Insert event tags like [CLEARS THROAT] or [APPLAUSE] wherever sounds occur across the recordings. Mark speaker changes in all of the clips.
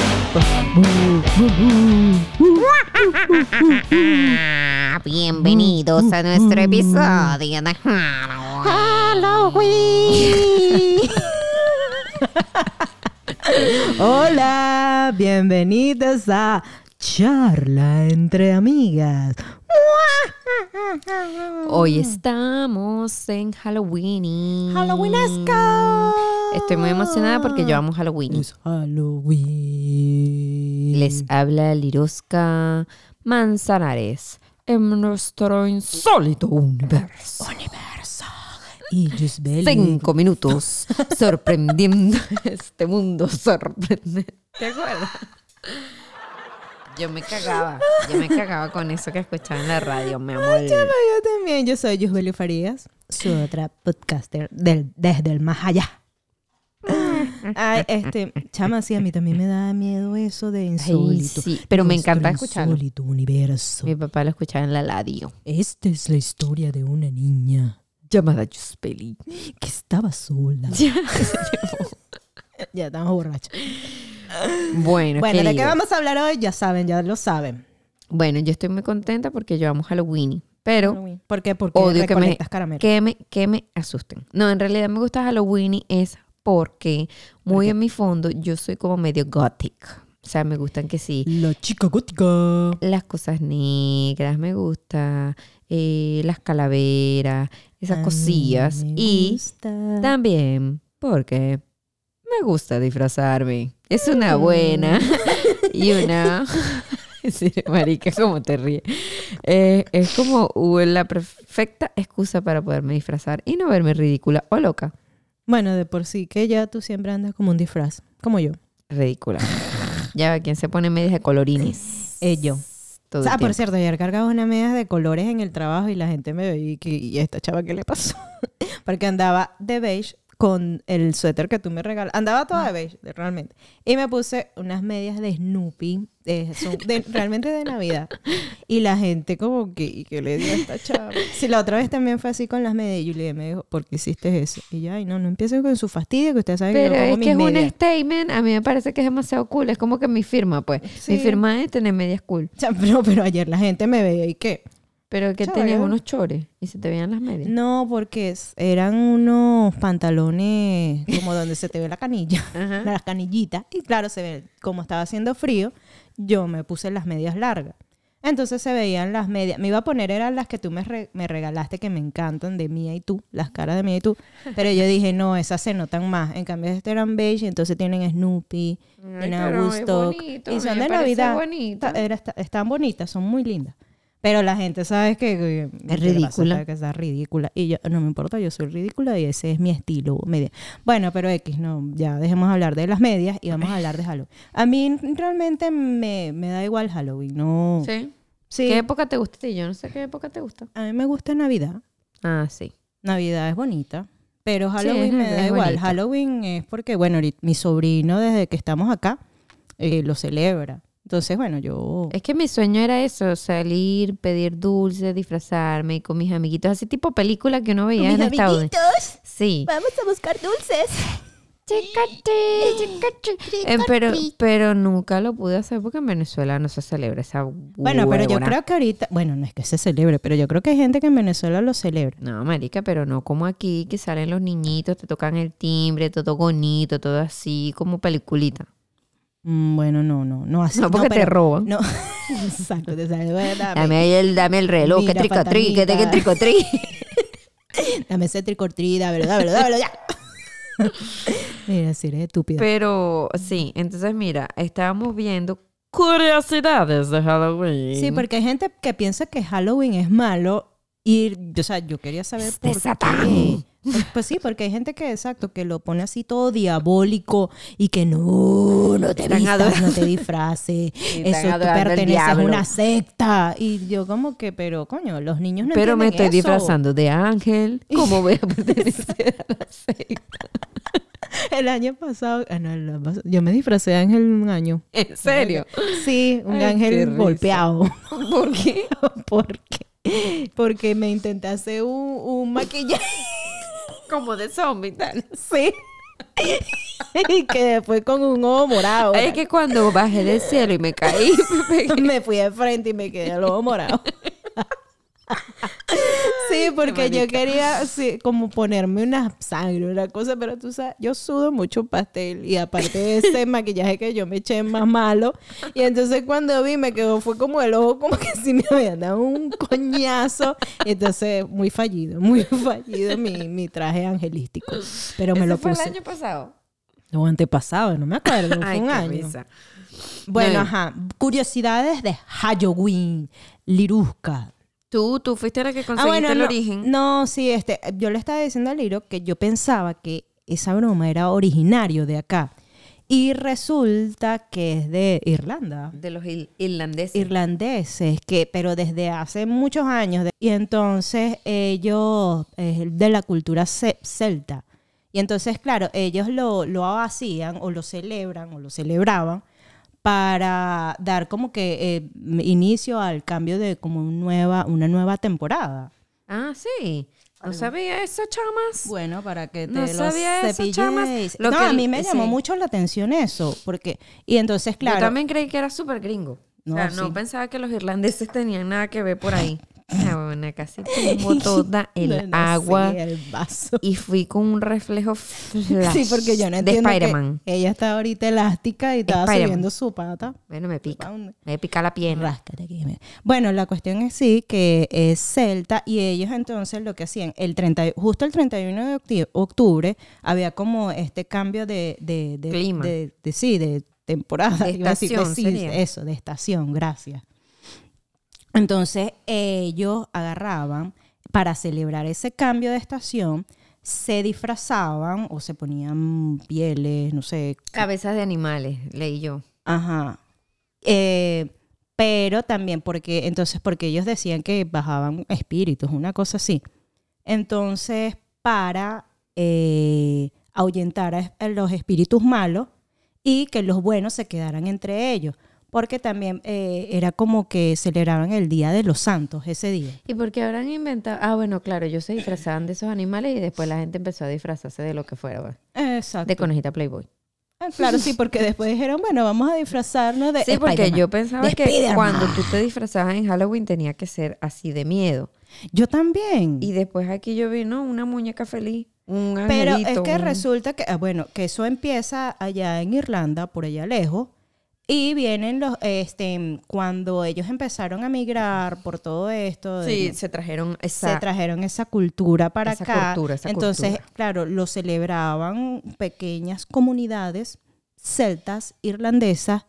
Speaker 1: Ah, Mm, Bienvenidos a nuestro episodio de Halloween.
Speaker 2: Halloween. [LAUGHS] Hola, bienvenidos a Charla entre Amigas.
Speaker 1: Hoy estamos en Halloween.
Speaker 2: Halloweenesco.
Speaker 1: Estoy muy emocionada porque yo amo Halloween.
Speaker 2: Es Pues Halloween.
Speaker 1: Les habla Lirosca Manzanares en nuestro insólito universo.
Speaker 2: universo y Yusbel.
Speaker 1: Cinco minutos sorprendiendo este mundo sorprendente. ¿Te acuerdas? Yo me cagaba, yo me cagaba con eso que escuchaba en la radio, mi amor.
Speaker 2: Yo también, yo soy Yusbel Farías, su otra podcaster del, desde el más
Speaker 1: [LAUGHS]
Speaker 2: allá. Ay, este, chama, sí, a mí también me da miedo eso de insólito.
Speaker 1: sí, pero me
Speaker 2: Nuestro
Speaker 1: encanta escucharlo.
Speaker 2: Insólito universo.
Speaker 1: Mi papá lo escuchaba en la radio.
Speaker 2: Esta es la historia de una niña
Speaker 1: Llamada Yuspeli.
Speaker 2: que estaba sola. ya estamos borrachos.
Speaker 1: [LAUGHS] Bueno,
Speaker 2: Bueno, ¿de qué
Speaker 1: querido.
Speaker 2: vamos a hablar hoy? Ya saben, ya lo saben.
Speaker 1: Bueno, yo estoy muy contenta porque yo amo Halloween. Pero
Speaker 2: ¿Por qué? Porque
Speaker 1: odio que me,
Speaker 2: recolectas caramelo.
Speaker 1: que, me, que me asusten. No, en realidad me gusta Halloween y es porque muy en mi fondo yo soy como medio gothic. O sea, me gustan que sí.
Speaker 2: La chica gótica.
Speaker 1: Las cosas negras me gusta, eh, las calaveras, esas cosillas. Y también porque me gusta disfrazarme. Es
Speaker 2: Mm.
Speaker 1: una
Speaker 2: [LAUGHS]
Speaker 1: buena y una... [LAUGHS] En serio, marica, cómo te ríes. Eh, es como uh, la perfecta excusa para poderme disfrazar y no verme ridícula o loca.
Speaker 2: Bueno, de por sí, que ya tú siempre andas como un disfraz, como yo.
Speaker 1: Ridícula. Ya, quien se pone medias de colorines.
Speaker 2: Eh, yo.
Speaker 1: Todo
Speaker 2: ah,
Speaker 1: el
Speaker 2: por
Speaker 1: tiempo.
Speaker 2: cierto, ayer cargaba unas medias de colores en el trabajo y la gente me veía y, que, ¿y a esta chava qué le pasó? [LAUGHS] Porque andaba de beige con el suéter que tú me regalas. Andaba toda
Speaker 1: Ah.
Speaker 2: de beige, de- realmente. Y me puse unas medias de Snoopy, eh, son de- realmente de Navidad. Y la gente como que, ¿y qué le dio a esta chava? Si la otra vez también fue así con las medias, y Julia me dijo, ¿por qué hiciste eso? Y ya, ay, no, no empieces con su fastidio, que usted sabe
Speaker 1: Pero
Speaker 2: que yo pongo
Speaker 1: es que
Speaker 2: mis
Speaker 1: es un
Speaker 2: medias. [LAUGHS]
Speaker 1: statement, a mí me parece que es demasiado cool, es como que mi firma, pues. Mi
Speaker 2: Sí.
Speaker 1: firma es tener medias cool,
Speaker 2: O sea, pero, pero ayer la gente me veía y qué.
Speaker 1: pero que
Speaker 2: Chao,
Speaker 1: tenías
Speaker 2: ¿verdad?
Speaker 1: unos chores y se te veían las medias.
Speaker 2: No, porque es- eran unos pantalones
Speaker 1: [LAUGHS]
Speaker 2: como donde se te ve la canilla,
Speaker 1: Ajá.
Speaker 2: las canillitas. Y claro, se ve, como estaba haciendo frío, yo me puse las medias largas. Entonces se veían las medias. Me iba a poner eran las que tú me, re- me regalaste, que me encantan, de Mía y tú, las caras de Mía y tú. Pero yo dije, no, esas se notan más. En cambio, estas eran beige, y entonces tienen Snoopy, tienen a
Speaker 1: pero es
Speaker 2: Woodstock.
Speaker 1: bonito, a
Speaker 2: Y
Speaker 1: mí
Speaker 2: son
Speaker 1: me parece
Speaker 2: de Navidad.
Speaker 1: bonito.
Speaker 2: Está- era- está- están bonitas, son muy lindas. Pero la gente, ¿sabes que que- que le pasa
Speaker 1: ridícula.
Speaker 2: esta- Que está ridícula. Y yo, no me importa, yo soy ridícula y ese es mi estilo. media. Bueno, pero X, no, ya dejemos hablar de las medias y vamos a hablar de Halloween. A mí realmente me, me da igual Halloween, no. Sí.
Speaker 1: ¿Sí? ¿Qué época te gusta? a ti? Yo no sé qué época te gusta.
Speaker 2: A mí me gusta Navidad.
Speaker 1: Ah, sí.
Speaker 2: Navidad es bonita. Pero Halloween
Speaker 1: es-
Speaker 2: me da
Speaker 1: es
Speaker 2: igual.
Speaker 1: bonito.
Speaker 2: Halloween es porque, bueno, ahorita mi sobrino desde que estamos acá eh, lo celebra. Entonces, bueno, yo...
Speaker 1: Es que mi sueño era eso, salir, pedir dulces, disfrazarme con mis amiguitos, así tipo película que uno veía en Estados Unidos. Sí.
Speaker 2: Vamos a buscar dulces.
Speaker 1: Chicate, chicate. Eh, pero, pero nunca lo pude hacer porque en Venezuela no se celebra esa
Speaker 2: Bueno, pero yo
Speaker 1: huevona.
Speaker 2: creo que ahorita, bueno, no es que se celebre, pero yo creo que hay gente que en Venezuela lo celebra.
Speaker 1: No, marica, pero no como aquí, que salen los niñitos, te tocan el timbre, todo bonito, todo así, como peliculita.
Speaker 2: Mm, Bueno, no, no, no así.
Speaker 1: No, porque te
Speaker 2: pero-
Speaker 1: roban.
Speaker 2: No, [LAUGHS] exacto, te sale, bueno, dame,
Speaker 1: Dame ahí el, dame el reloj,
Speaker 2: Mira,
Speaker 1: que tricotri, que te que
Speaker 2: fantasmita.
Speaker 1: tricotri.
Speaker 2: dame ese tricortri, dámelo, dámelo,
Speaker 1: [LAUGHS]
Speaker 2: dámelo ya. Mira, si eres estúpida.
Speaker 1: Pero sí, entonces mira, estábamos viendo curiosidades de Halloween.
Speaker 2: Sí, porque hay gente que piensa que Halloween es malo y, o sea, yo quería saber
Speaker 1: Es de
Speaker 2: por qué.
Speaker 1: Satán.
Speaker 2: Pues, pues sí, porque hay gente que, exacto, que lo pone así todo diabólico y que no, no te
Speaker 1: Están
Speaker 2: vistas,
Speaker 1: adorando-
Speaker 2: no
Speaker 1: [LAUGHS]
Speaker 2: te disfraces,
Speaker 1: están
Speaker 2: eso tú
Speaker 1: adorando al
Speaker 2: perteneces a
Speaker 1: diablo.
Speaker 2: una secta. Y yo como que, pero coño, los niños no
Speaker 1: Pero me estoy
Speaker 2: entienden eso.
Speaker 1: disfrazando de ángel. ¿Cómo voy a pertenecer a la secta?
Speaker 2: El año pasado, ah, no, el año pasado, yo me disfracé de ángel un año.
Speaker 1: ¿En serio?
Speaker 2: Sí, un
Speaker 1: Ay, qué
Speaker 2: ángel
Speaker 1: risa.
Speaker 2: golpeado.
Speaker 1: ¿Por qué?
Speaker 2: [LAUGHS] porque Porque me intenté hacer un, un maquillaje.
Speaker 1: Como de zombie, tal.
Speaker 2: Sí. [LAUGHS] y que después con un ojo morado.
Speaker 1: Es que cuando bajé del cielo y me caí, [LAUGHS] me pegué.
Speaker 2: me fui de frente y me quedé el ojo morado. [LAUGHS] sí, porque yo quería sí, como ponerme una sangre, una cosa, pero tú sabes, yo sudo mucho pastel y aparte
Speaker 1: [LAUGHS]
Speaker 2: de ese maquillaje que yo me eché más malo, y entonces cuando vi me quedó, fue como el ojo, como que si me habían dado un coñazo, y entonces muy fallido, muy fallido mi, mi traje angelístico, pero me
Speaker 1: ¿Ese
Speaker 2: lo
Speaker 1: fue el
Speaker 2: puse.
Speaker 1: año pasado.
Speaker 2: No, antepasado, no me acuerdo, fue
Speaker 1: Ay,
Speaker 2: un
Speaker 1: qué
Speaker 2: año.
Speaker 1: risa.
Speaker 2: Bueno,
Speaker 1: No.
Speaker 2: ajá, curiosidades de Halloween, Lirusca.
Speaker 1: Tú, tú fuiste la que conseguiste el
Speaker 2: no,
Speaker 1: origen.
Speaker 2: No, sí, este, yo le estaba diciendo a Liro que yo pensaba que esa broma era originario de acá. Y resulta que es de Irlanda.
Speaker 1: De los il- irlandeses.
Speaker 2: Irlandeses, que, pero desde hace muchos años. de- y entonces ellos, eh, de la cultura ce- celta. Y entonces, claro, ellos lo, lo hacían o lo celebran o lo celebraban para dar como que eh, inicio al cambio de como un nueva, una nueva temporada.
Speaker 1: ah, sí. No sabía eso, chamas.
Speaker 2: Bueno, para que te
Speaker 1: No
Speaker 2: lo
Speaker 1: sabía eso,
Speaker 2: cepilléis.
Speaker 1: chamas. Lo
Speaker 2: no,
Speaker 1: que
Speaker 2: a
Speaker 1: el-
Speaker 2: mí me llamó
Speaker 1: sí.
Speaker 2: mucho la atención eso, porque y entonces claro,
Speaker 1: Yo también creí que era súper gringo.
Speaker 2: No,
Speaker 1: o sea,
Speaker 2: sí.
Speaker 1: no pensaba que los irlandeses tenían nada que ver por ahí. Ah, bueno, [LAUGHS] casi tumbo toda
Speaker 2: [LAUGHS]
Speaker 1: el
Speaker 2: No, no sé,
Speaker 1: agua.
Speaker 2: el vaso.
Speaker 1: Y fui con un reflejo flash
Speaker 2: Sí, porque yo no
Speaker 1: de
Speaker 2: entiendo que
Speaker 1: Spider-Man.
Speaker 2: ella está ahorita elástica y estaba
Speaker 1: Spider-Man.
Speaker 2: subiendo su pata.
Speaker 1: Bueno, me pica.
Speaker 2: ¿Pa' dónde?
Speaker 1: Me pica la pierna.
Speaker 2: Ráscate aquí, mira. Bueno, la cuestión es sí que es celta y ellos entonces lo que hacían, el 30, justo el 31 de octi- octubre había como este cambio de, de, de-
Speaker 1: Clima.
Speaker 2: de- de- sí, de temporada,
Speaker 1: De
Speaker 2: [LAUGHS] iba a decir, de
Speaker 1: estación
Speaker 2: sí,
Speaker 1: sería.
Speaker 2: eso, de estación, gracias. Entonces ellos agarraban para celebrar ese cambio de estación se disfrazaban o se ponían pieles, no sé,
Speaker 1: Cabezas de animales, leí yo.
Speaker 2: Ajá. Eh, pero también porque, entonces, porque ellos decían que bajaban espíritus, una cosa así. Entonces, para eh, ahuyentar a a los espíritus malos y que los buenos se quedaran entre ellos. Porque también eh, era como que celebraban el Día de los Santos ese día.
Speaker 1: ¿Y por qué habrán inventado? Ah, bueno, claro, ellos se disfrazaban de esos animales y después la gente empezó a disfrazarse de lo que fuera, ¿verdad?
Speaker 2: Exacto. Ah,
Speaker 1: de conejita Playboy.
Speaker 2: Claro, sí, porque después dijeron, bueno, vamos a disfrazarnos de
Speaker 1: Sí, porque
Speaker 2: Spider-Man.
Speaker 1: yo pensaba
Speaker 2: De
Speaker 1: que
Speaker 2: Spider-Man.
Speaker 1: cuando tú te disfrazabas en Halloween tenía que ser así de miedo.
Speaker 2: Yo también.
Speaker 1: Y después aquí yo vi, no, una muñeca feliz, un
Speaker 2: Pero
Speaker 1: angelito.
Speaker 2: es que
Speaker 1: un-
Speaker 2: resulta que, ah, bueno, que eso empieza allá en Irlanda, por allá lejos, y vienen los, este, cuando ellos empezaron a migrar por todo esto, de-
Speaker 1: Sí, se trajeron esa...
Speaker 2: se trajeron esa cultura para
Speaker 1: Esa
Speaker 2: acá.
Speaker 1: cultura, esa
Speaker 2: Entonces,
Speaker 1: cultura.
Speaker 2: claro, lo celebraban pequeñas comunidades celtas, irlandesas,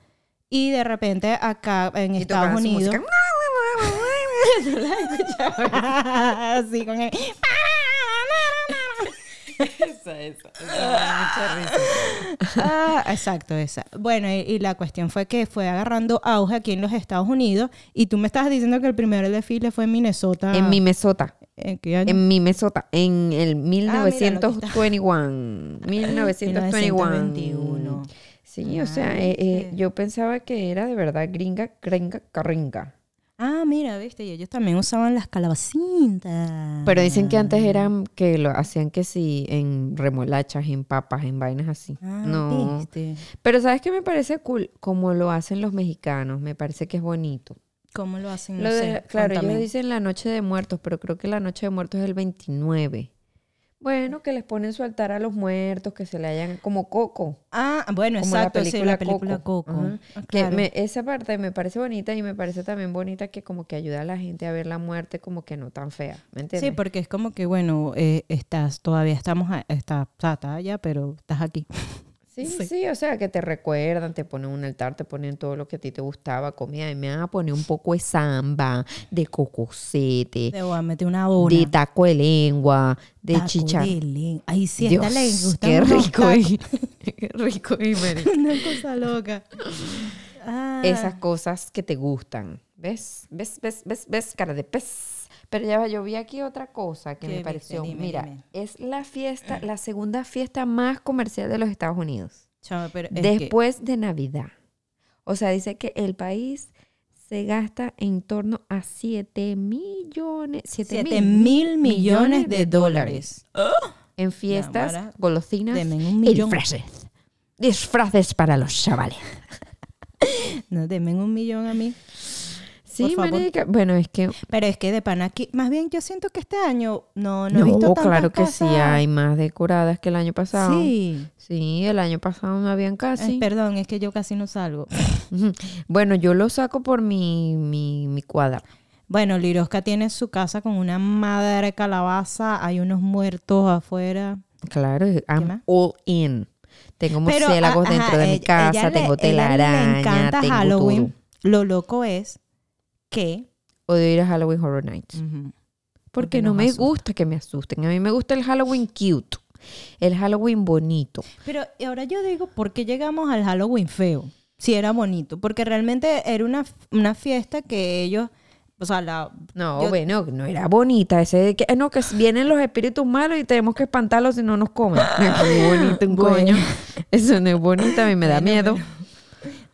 Speaker 2: y de repente acá en
Speaker 1: y tocaban
Speaker 2: Estados
Speaker 1: su
Speaker 2: Unidos... [LAUGHS]
Speaker 1: [LAUGHS] música.
Speaker 2: Así con el...
Speaker 1: Esa, esa, esa, mucha risa.
Speaker 2: Ah, exacto, esa. Bueno, y, y la cuestión fue que fue agarrando auge aquí en los Estados Unidos y tú me estabas diciendo que el primer desfile fue en Minnesota.
Speaker 1: En mi mesota.
Speaker 2: ¿En qué año?
Speaker 1: En mi mesota, en el
Speaker 2: Ah. mira, aquí está.
Speaker 1: 1921. 1921.
Speaker 2: 1921.
Speaker 1: Sí, o sea, eh, eh, yo pensaba que era de verdad gringa, gringa, carringa.
Speaker 2: Ah, mira, viste, y ellos también usaban las calabacitas.
Speaker 1: Pero dicen que antes eran que lo hacían que sí, en remolachas, en papas, en vainas así.
Speaker 2: Ah,
Speaker 1: no.
Speaker 2: viste.
Speaker 1: Pero ¿sabes qué me parece cool? Como lo hacen los mexicanos, me parece que es bonito.
Speaker 2: ¿Cómo lo hacen? No
Speaker 1: Lo de-
Speaker 2: sé,
Speaker 1: claro,
Speaker 2: Mm, cuéntame.
Speaker 1: ellos dicen la noche de muertos, pero creo que la noche de muertos es el 29. Bueno, que les ponen su altar a los muertos, que se le hayan como coco.
Speaker 2: Ah, bueno,
Speaker 1: Como
Speaker 2: exacto,
Speaker 1: la
Speaker 2: sí,
Speaker 1: película
Speaker 2: la película Coco.
Speaker 1: Ajá.
Speaker 2: Ah,
Speaker 1: Que
Speaker 2: claro.
Speaker 1: me- esa parte me parece bonita y me parece también bonita que como que ayuda a la gente a ver la muerte como que no tan fea. ¿Me entiendes?
Speaker 2: Sí, porque es como que, bueno, eh, estás, todavía estamos, a- está, está está allá, pero estás aquí.
Speaker 1: Sí, sí, o sea, que te recuerdan, te ponen un altar, te ponen todo lo que a ti te gustaba, comida, y me van a poner un poco de samba, de cocosete,
Speaker 2: Te voy a meter una bola.
Speaker 1: de taco de lengua, de
Speaker 2: Taco
Speaker 1: chicha.
Speaker 2: de len- Ay, sí,
Speaker 1: Dios,
Speaker 2: esta le gustan
Speaker 1: qué
Speaker 2: unos
Speaker 1: rico,
Speaker 2: tacos.
Speaker 1: y, [LAUGHS] qué rico
Speaker 2: [LAUGHS]
Speaker 1: y marico.
Speaker 2: Una cosa loca. Ah,
Speaker 1: Esas cosas que te gustan. ¿Ves? ¿Ves? ¿Ves? ¿Ves? ¿Ves? Cara de pez. Pero ya va, yo vi aquí otra cosa que
Speaker 2: ¿Qué
Speaker 1: me
Speaker 2: viste?
Speaker 1: pareció.
Speaker 2: Dime,
Speaker 1: Mira,
Speaker 2: dime.
Speaker 1: es la fiesta, la segunda fiesta más comercial de los Estados Unidos.
Speaker 2: chama, pero es que-
Speaker 1: después de Navidad. O sea, dice que el país se gasta en torno a 7 millones. 7
Speaker 2: siete mil millones de dólares.
Speaker 1: en fiestas,
Speaker 2: Cámara.
Speaker 1: golosinas
Speaker 2: Deme un
Speaker 1: y
Speaker 2: millón.
Speaker 1: disfraces. Disfraces para los chavales.
Speaker 2: No, denme un millón a mí.
Speaker 1: Sí,
Speaker 2: favor.
Speaker 1: marica. Bueno, es que
Speaker 2: Pero es que de pan aquí, más bien yo siento que este año no, no,
Speaker 1: no,
Speaker 2: he visto tantas
Speaker 1: claro que sí
Speaker 2: cosas.
Speaker 1: hay más decoradas que el año pasado. Sí,
Speaker 2: Sí.
Speaker 1: el año pasado no habían
Speaker 2: Ay,
Speaker 1: casi.
Speaker 2: perdón, es que yo casi no salgo.
Speaker 1: Ujú. [LAUGHS] Bueno, yo lo saco por mi, mi, mi cuadra.
Speaker 2: Bueno, Lirosca tiene su casa con una madre de calabaza, hay unos muertos afuera.
Speaker 1: Claro,
Speaker 2: más?
Speaker 1: I'm all in. Tengo
Speaker 2: Pero,
Speaker 1: murciélagos
Speaker 2: ah, ajá,
Speaker 1: dentro de mi
Speaker 2: ella-
Speaker 1: casa,
Speaker 2: ella le-
Speaker 1: tengo
Speaker 2: ella le
Speaker 1: telaraña,
Speaker 2: encanta
Speaker 1: tengo
Speaker 2: Halloween.
Speaker 1: todo.
Speaker 2: Lo loco es que
Speaker 1: Odio ir a Halloween Horror Nights. Porque,
Speaker 2: Mm, Porque
Speaker 1: no
Speaker 2: nos
Speaker 1: me
Speaker 2: asusta.
Speaker 1: gusta que me asusten. A mí me gusta el Halloween cute, el Halloween bonito.
Speaker 2: Pero ahora yo digo, ¿por qué llegamos al Halloween feo? Si era bonito, porque realmente era una, una fiesta que ellos, o sea, la...
Speaker 1: No,
Speaker 2: Yo-
Speaker 1: bueno, no era bonita. Ese de que, eh, no, que vienen los espíritus malos y tenemos que espantarlos si no nos comen. [LAUGHS] Qué bonito un
Speaker 2: Bueno.
Speaker 1: coño. Eso no es bonito, a mí me da miedo.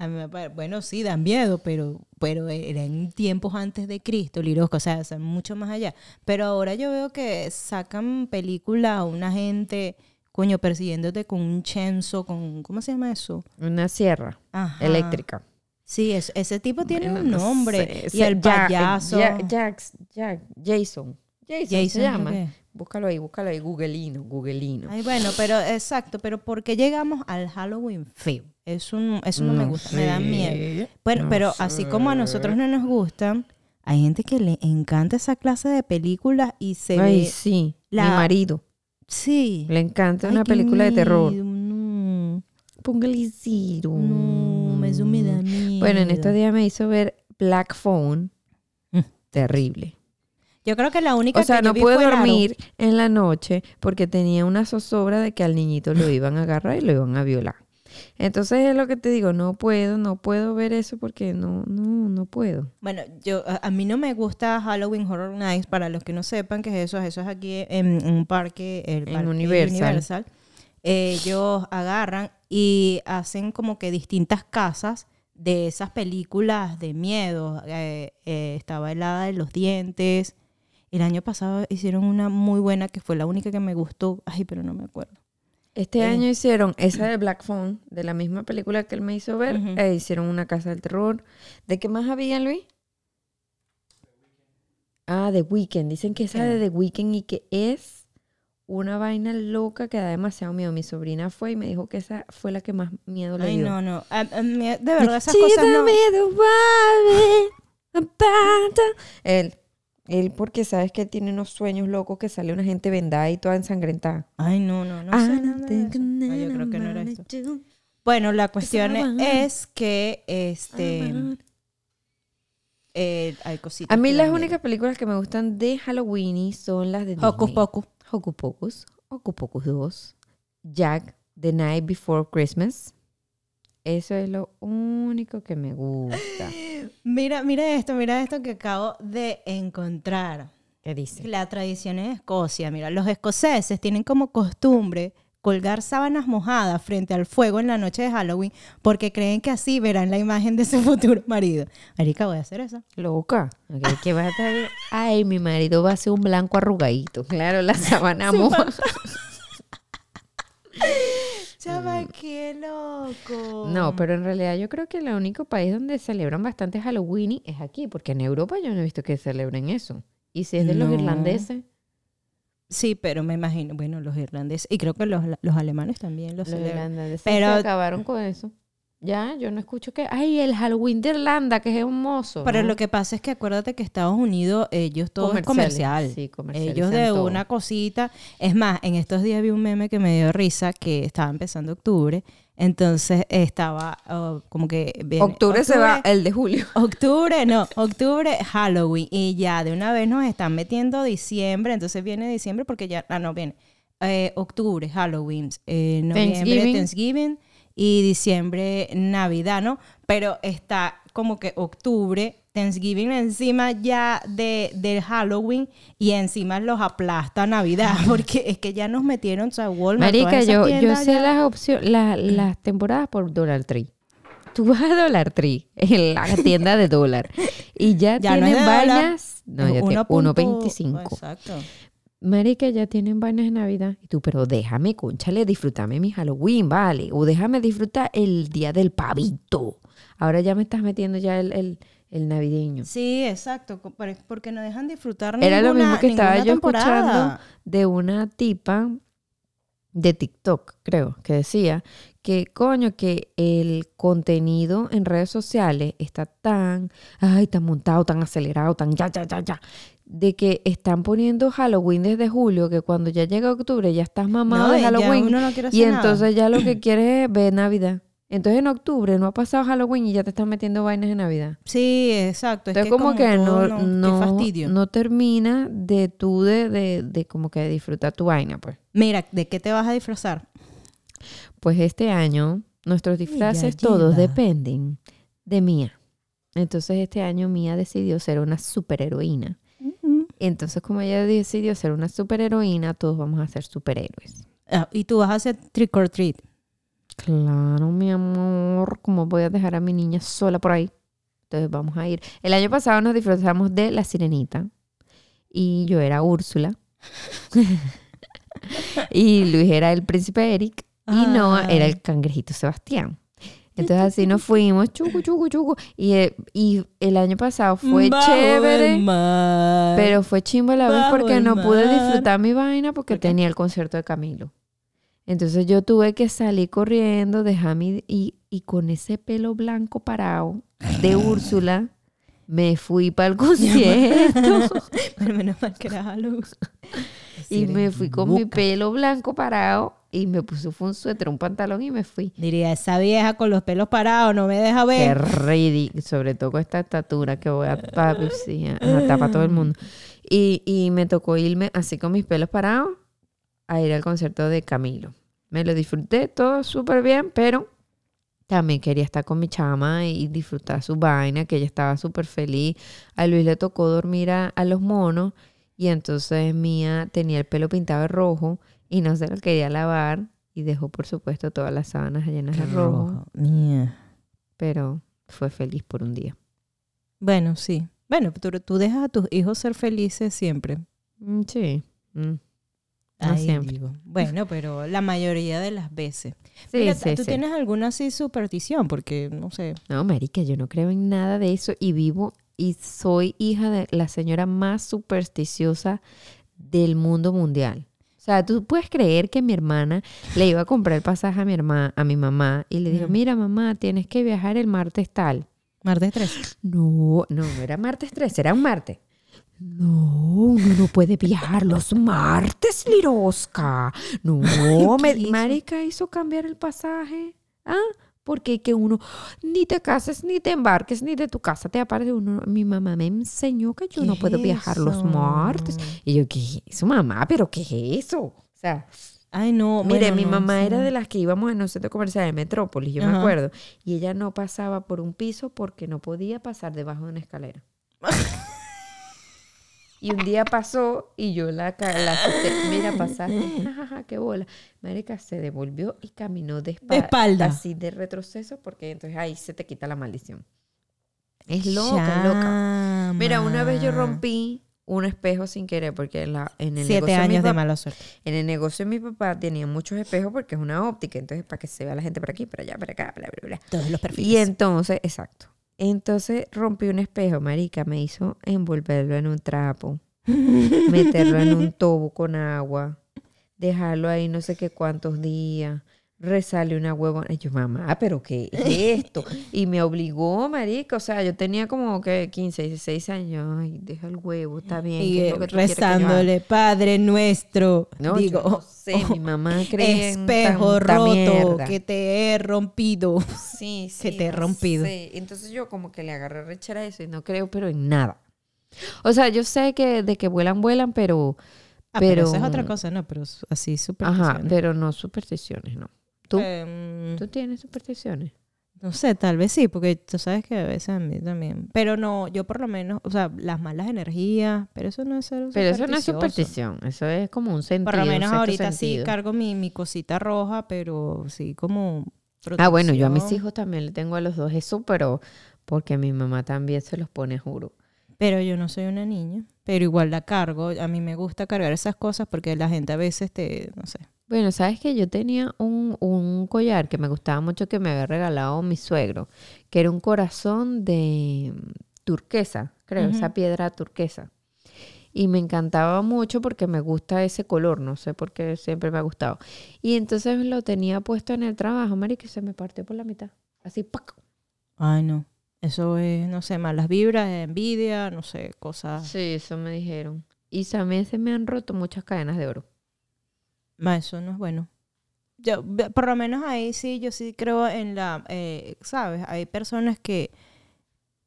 Speaker 2: a mí me pare- bueno, sí, dan miedo, pero, pero eran tiempos antes de Cristo, Lirosca, o sea, o sea, mucho más allá. Pero ahora yo veo que sacan películas a una gente, coño, persiguiéndote con un chenzo, con, ¿cómo se llama eso?
Speaker 1: Una sierra
Speaker 2: Ajá.
Speaker 1: eléctrica.
Speaker 2: Sí, es- ese tipo tiene
Speaker 1: Bueno,
Speaker 2: un
Speaker 1: no
Speaker 2: nombre.
Speaker 1: sé.
Speaker 2: Y
Speaker 1: Ese- eh, Ja-
Speaker 2: el payaso.
Speaker 1: Ja- Jax- Jack- Jason. Jason,
Speaker 2: Jason,
Speaker 1: se llama.
Speaker 2: creo que es.
Speaker 1: Búscalo ahí, búscalo ahí. Googleino, Googleino.
Speaker 2: Ay, bueno, pero exacto, pero ¿por qué llegamos al Halloween feo? Eso, no- eso no, me
Speaker 1: No
Speaker 2: gusta, me da
Speaker 1: sé,
Speaker 2: miedo. Pero,
Speaker 1: no
Speaker 2: pero así como a nosotros no nos gustan, hay gente que le encanta esa clase de películas y se
Speaker 1: Ay,
Speaker 2: ve...
Speaker 1: sí.
Speaker 2: la-
Speaker 1: Mi marido.
Speaker 2: Sí.
Speaker 1: Le encanta
Speaker 2: Ay,
Speaker 1: una
Speaker 2: qué
Speaker 1: película de terror.
Speaker 2: miedo, No,
Speaker 1: Póngale cero.
Speaker 2: no, eso me da miedo.
Speaker 1: Bueno, en estos días me hizo ver Black Phone.
Speaker 2: Mm.
Speaker 1: Terrible.
Speaker 2: Yo creo que la única
Speaker 1: O sea,
Speaker 2: que yo
Speaker 1: no
Speaker 2: vi
Speaker 1: pude
Speaker 2: fue el aro.
Speaker 1: dormir en la noche porque tenía una zozobra de que al niñito lo iban a agarrar y lo iban a violar. Entonces es lo que te digo, no puedo, no puedo ver eso porque no, no, no puedo.
Speaker 2: Bueno, yo a, a mí no me gusta Halloween Horror Nights, para los que no sepan qué es eso, eso es aquí en, en un parque, el
Speaker 1: En
Speaker 2: parque
Speaker 1: Universal.
Speaker 2: Ellos agarran y hacen como que distintas casas de esas películas de miedo. Eh, eh, estaba helada de los dientes. El año pasado hicieron una muy buena que fue la única que me gustó. Ay, pero no me acuerdo.
Speaker 1: Este
Speaker 2: Eh.
Speaker 1: año hicieron esa de Black Phone, de la misma película que él me hizo ver,
Speaker 2: Ujú.
Speaker 1: e hicieron una casa del terror. ¿De qué más había, Luis? Ah, The Weeknd. Dicen que esa de The Weeknd y que es una vaina loca que da demasiado miedo. Mi sobrina fue y me dijo que esa fue la que más miedo le
Speaker 2: Ay,
Speaker 1: dio.
Speaker 2: no, no. A- a mí, de verdad, esas
Speaker 1: Sí,
Speaker 2: cosas no...
Speaker 1: dame de Barbie, apanta. Él, él porque sabes que él tiene unos sueños locos que sale una gente vendada y toda ensangrentada.
Speaker 2: Ay, no, no, no
Speaker 1: Ah,
Speaker 2: sé nada de eso. No, yo creo que no era esto. Bueno, la cuestión
Speaker 1: Estaban.
Speaker 2: es que este eh, hay cositas.
Speaker 1: A mí
Speaker 2: que
Speaker 1: las
Speaker 2: dan
Speaker 1: únicas películas que me gustan de Halloween son las de
Speaker 2: miedo. Hocus
Speaker 1: Disney.
Speaker 2: Pocus.
Speaker 1: Hocus Pocus, Hocus Pocus 2, Jack, The Night Before Christmas. Eso es lo único que me gusta.
Speaker 2: Mira, mira esto, mira esto que acabo de encontrar.
Speaker 1: ¿Qué dice?
Speaker 2: La tradición en Escocia, mira, los escoceses tienen como costumbre colgar sábanas mojadas frente al fuego en la noche de Halloween porque creen que así verán la imagen de su [LAUGHS] futuro marido. Marica, voy a hacer eso.
Speaker 1: Loca. Ok, ¿Qué vas a traer? Ay, mi marido va a ser un blanco arrugadito. Claro, [LAUGHS] la sabana moja.
Speaker 2: Chama, qué loco.
Speaker 1: Mm. No, pero en realidad yo creo que el único país donde celebran bastante Halloween es aquí, porque en Europa yo no he visto que celebren eso. Y si es de los
Speaker 2: No.
Speaker 1: irlandeses,
Speaker 2: Sí, pero me imagino, bueno, los irlandeses y creo que los, los alemanes también lo
Speaker 1: los
Speaker 2: celebran.
Speaker 1: irlandeses
Speaker 2: Pero-
Speaker 1: se acabaron con eso. Ya, yo no escucho que, ay, el Halloween de Irlanda, que es hermoso.
Speaker 2: Pero
Speaker 1: ¿no?
Speaker 2: lo que pasa es que acuérdate que Estados Unidos, ellos todo es
Speaker 1: Comerciales,
Speaker 2: comercial.
Speaker 1: sí, comercializan
Speaker 2: ellos de
Speaker 1: todo.
Speaker 2: una cosita. Es más, en estos días vi un meme que me dio risa que estaba empezando octubre. Entonces estaba ah, como que. viene-
Speaker 1: octubre se va el de julio.
Speaker 2: Octubre, no, octubre, Halloween. Y ya de una vez nos están metiendo diciembre, entonces viene diciembre porque ya, ah, no, viene. eh, octubre, Halloween, eh, noviembre, Thanksgiving.
Speaker 1: Thanksgiving.
Speaker 2: y diciembre, Navidad, ¿no? Pero está como que octubre, Thanksgiving encima ya de, del Halloween y encima los aplasta Navidad [LAUGHS] porque es que ya nos metieron, o sea, Walmart, todas
Speaker 1: Marica,
Speaker 2: esas
Speaker 1: yo, yo
Speaker 2: tiendas
Speaker 1: sé
Speaker 2: ya-
Speaker 1: las opciones, las temporadas por Dollar Tree. Tú vas a Dollar Tree, [LAUGHS] en la tienda de dólar, y ya,
Speaker 2: Ya no es
Speaker 1: tienen
Speaker 2: de dólar,
Speaker 1: vainas, no,
Speaker 2: es
Speaker 1: ya tiene
Speaker 2: 1.25.
Speaker 1: 1.25.
Speaker 2: Exacto.
Speaker 1: Marica, ya tienen vainas de Navidad. Y tú, pero déjame, conchale, disfrutame mi Halloween, vale. O déjame disfrutar el día del pavito. Ahora ya me estás metiendo ya el, el, el navideño.
Speaker 2: Sí, exacto, co- pero es porque no dejan disfrutar
Speaker 1: Era lo
Speaker 2: ninguna-
Speaker 1: mismo que estaba
Speaker 2: ninguna
Speaker 1: yo
Speaker 2: temporada.
Speaker 1: escuchando de una tipa de TikTok, creo, que decía que coño, que el contenido en redes sociales está tan, ay, tan montado, tan acelerado, tan ya, ya, ya, ya, de que están poniendo Halloween desde julio, que cuando ya llega octubre ya estás mamado
Speaker 2: No,
Speaker 1: de
Speaker 2: y ya
Speaker 1: Halloween
Speaker 2: uno no quiere
Speaker 1: y
Speaker 2: hacer nada.
Speaker 1: entonces ya lo
Speaker 2: [CLEARS THROAT]
Speaker 1: que quieres es ver Navidad. Entonces en octubre no ha pasado Halloween y ya te están metiendo vainas de Navidad.
Speaker 2: Sí, exacto. Es
Speaker 1: Entonces,
Speaker 2: que
Speaker 1: como, que
Speaker 2: todo,
Speaker 1: no,
Speaker 2: no-
Speaker 1: no,
Speaker 2: qué fastidio.
Speaker 1: no termina de tú de, de, de como que disfrutar tu vaina, pues.
Speaker 2: Mira, ¿de qué te vas a disfrazar?
Speaker 1: Pues este año, nuestros disfraces
Speaker 2: lleva.
Speaker 1: todos dependen de Mía. Entonces, este año Mía decidió ser una superheroína. Entonces, como ella decidió ser una superheroína, todos vamos a ser superhéroes.
Speaker 2: Ah, y tú vas a hacer trick or treat.
Speaker 1: Claro, mi amor, ¿cómo voy a dejar a mi niña sola por ahí? Entonces vamos a ir. El año pasado nos disfrazamos de la sirenita y yo era Úrsula. [LAUGHS] y Luis era el príncipe Eric y Noah era el cangrejito Sebastián. Entonces así nos fuimos, chucu, chucu, chucu. Y, eh, y el año pasado fue
Speaker 2: Bajo el
Speaker 1: chévere,
Speaker 2: mar.
Speaker 1: pero fue chimbo a la vez
Speaker 2: bajo
Speaker 1: porque
Speaker 2: el
Speaker 1: no pude
Speaker 2: mar.
Speaker 1: disfrutar mi vaina porque
Speaker 2: ¿Por qué?
Speaker 1: tenía el concierto de Camilo. Entonces yo tuve que salir corriendo, dejar mi... Y, y con ese pelo blanco parado de Úrsula, me fui
Speaker 2: [LAUGHS]
Speaker 1: para el concierto.
Speaker 2: [LAUGHS] Pero menos mal que era Halloween.
Speaker 1: [LAUGHS] y me fui con mi pelo blanco parado y me puso fue un suéter, un pantalón y me fui.
Speaker 2: Diría, esa vieja con los pelos parados no me deja
Speaker 1: Qué
Speaker 2: ver.
Speaker 1: ridículo, sobre todo con esta estatura que voy a tapar, sí, a tapar todo el mundo. Y, y me tocó irme así con mis pelos parados a ir al concierto de Camilo. Me lo disfruté todo súper bien, pero también quería estar con mi chama y disfrutar su vaina, que ella estaba súper feliz. A Luis le tocó dormir a, a los monos y entonces Mía tenía el pelo pintado de rojo y no se lo quería lavar y dejó, por supuesto, todas las sábanas llenas de rojo
Speaker 2: Mía.
Speaker 1: pero fue feliz por un día.
Speaker 2: Bueno, sí. Bueno, tú, tú dejas a tus hijos ser felices siempre.
Speaker 1: Mm, Sí. Mm. No
Speaker 2: Ahí
Speaker 1: siempre.
Speaker 2: digo. Bueno, pero la mayoría de las veces.
Speaker 1: Sí,
Speaker 2: Mira,
Speaker 1: sí,
Speaker 2: ¿Tú
Speaker 1: sí.
Speaker 2: tienes alguna así superstición? Porque, no sé.
Speaker 1: No, marica, yo no creo en nada de eso y vivo y soy hija de la señora más supersticiosa del mundo mundial. O sea, tú puedes creer que mi hermana le iba a comprar el pasaje a mi hermana, a mi mamá y le dijo,
Speaker 2: Mm.
Speaker 1: mira mamá, tienes que viajar el martes tal.
Speaker 2: Martes 3.
Speaker 1: No, no, no era martes 3, era un martes. No, uno no puede viajar los martes, Liroska.
Speaker 2: [LAUGHS]
Speaker 1: No, me-
Speaker 2: ¿Qué hizo?
Speaker 1: Marica hizo cambiar el pasaje. ¿Ah? Porque que uno ni te cases, ni te embarques, ni de tu casa te aparece uno. Mi mamá me enseñó que yo no puedo viajar los martes. Y yo, ¿qué es eso, mamá? ¿Pero qué es eso? O sea,
Speaker 2: Ay, no.
Speaker 1: Mire,
Speaker 2: bueno,
Speaker 1: mi
Speaker 2: no,
Speaker 1: mamá
Speaker 2: sí.
Speaker 1: era de las que íbamos en un centro comercial de Metrópolis, yo me
Speaker 2: Ajá.
Speaker 1: acuerdo, y ella no pasaba por un piso porque no podía pasar debajo de una
Speaker 2: [LAUGHS]
Speaker 1: escalera. y un día pasó y yo la, ca- la asusté, mira, pasaste, jajaja, qué bola. Marica se devolvió y caminó de,
Speaker 2: De espalda.
Speaker 1: Así de retroceso porque entonces ahí se te quita la maldición. Es loca, es loca. Mira, una vez yo
Speaker 2: Chama.
Speaker 1: rompí un espejo sin querer porque en, la, en el
Speaker 2: Siete
Speaker 1: negocio de mi
Speaker 2: años de
Speaker 1: papá-
Speaker 2: mala suerte.
Speaker 1: en el negocio de mi papá tenía muchos espejos porque es una óptica, entonces para que se vea la gente por aquí, por allá, por acá, bla, bla, bla.
Speaker 2: Todos los
Speaker 1: Y entonces, exacto. Entonces rompí un espejo, marica, me hizo envolverlo en un
Speaker 2: [LAUGHS]
Speaker 1: trapo, meterlo en un tobo con agua, dejarlo ahí no sé qué cuántos días, resale una huevona. Y yo, mamá, ah, ¿pero qué es
Speaker 2: [LAUGHS]
Speaker 1: esto? Y me obligó, marica, o sea, yo tenía como que 15, 16 años, ay, deja el huevo, está bien.
Speaker 2: Y
Speaker 1: ¿qué
Speaker 2: eh,
Speaker 1: es lo que tú quieres que yo haga?
Speaker 2: rezándole, Padre nuestro.
Speaker 1: No,
Speaker 2: digo,
Speaker 1: yo no sé, [LAUGHS] mi mamá cree en
Speaker 2: espejo
Speaker 1: tanta
Speaker 2: roto
Speaker 1: mierda.
Speaker 2: que te he rompido. [LAUGHS]
Speaker 1: sí,
Speaker 2: que
Speaker 1: sí,
Speaker 2: te he
Speaker 1: no
Speaker 2: rompido.
Speaker 1: sé. Entonces yo como que le agarré rechera a eso y no creo, pero en nada. O sea, yo sé que de que vuelan, vuelan, pero,
Speaker 2: Ah, pero,
Speaker 1: Pero-
Speaker 2: eso es otra cosa, no, pero su- así
Speaker 1: ajá,
Speaker 2: supersticiones.
Speaker 1: pero no supersticiones, no. ¿tú?
Speaker 2: Em,
Speaker 1: ¿Tú tienes supersticiones?
Speaker 2: No sé, tal vez sí, porque tú sabes que a veces a mí también. Pero no, yo por lo menos, o sea, las malas energías, pero eso no es ser
Speaker 1: Pero eso no es
Speaker 2: supersticioso.
Speaker 1: superstición, eso es como un sentido.
Speaker 2: Por lo
Speaker 1: un
Speaker 2: menos
Speaker 1: sexto
Speaker 2: ahorita sí
Speaker 1: sentido.
Speaker 2: cargo mi, mi cosita roja, pero sí como
Speaker 1: Ah, bueno, yo a mis
Speaker 2: protección.
Speaker 1: hijos también le tengo a los dos eso, pero porque mi mamá también se los pone, juro.
Speaker 2: Pero yo no soy una niña. Pero igual la cargo. A mí me gusta cargar esas cosas porque la gente a veces te, no sé.
Speaker 1: Bueno, sabes que yo tenía un, un collar que me gustaba mucho que me había regalado mi suegro, que era un corazón de mm, turquesa, creo,
Speaker 2: Ujú.
Speaker 1: esa piedra turquesa. Y me encantaba mucho porque me gusta ese color, no sé por qué siempre me ha gustado. Y entonces lo tenía puesto en el trabajo, Mari, que se me partió por la mitad. Así, ¡pac!
Speaker 2: Ay, no. Eso es, no sé, malas vibras, envidia, no sé, cosas.
Speaker 1: Sí, eso me dijeron. Y también se me han roto muchas cadenas de oro.
Speaker 2: Ma, eso no es bueno. Yo, ve- por lo menos ahí sí, yo sí creo en la, eh, ¿sabes? Hay personas que,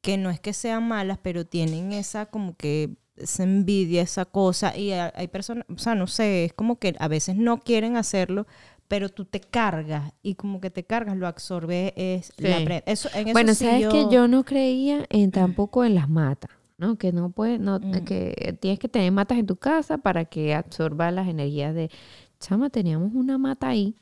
Speaker 2: que no es que sean malas, pero tienen esa como que esa envidia, esa cosa. Y a- hay personas, o sea, no sé, es como que a veces no quieren hacerlo, pero tú te cargas y como que te cargas, lo absorbes. Es la
Speaker 1: Sí.
Speaker 2: pre- eso, en eso
Speaker 1: bueno,
Speaker 2: sí
Speaker 1: sabes que yo no creía en tampoco en las matas, ¿no? Que no puedes, no, eh,
Speaker 2: Mm.
Speaker 1: que tienes que tener matas en tu casa para que absorba las energías de. Chama, teníamos una mata ahí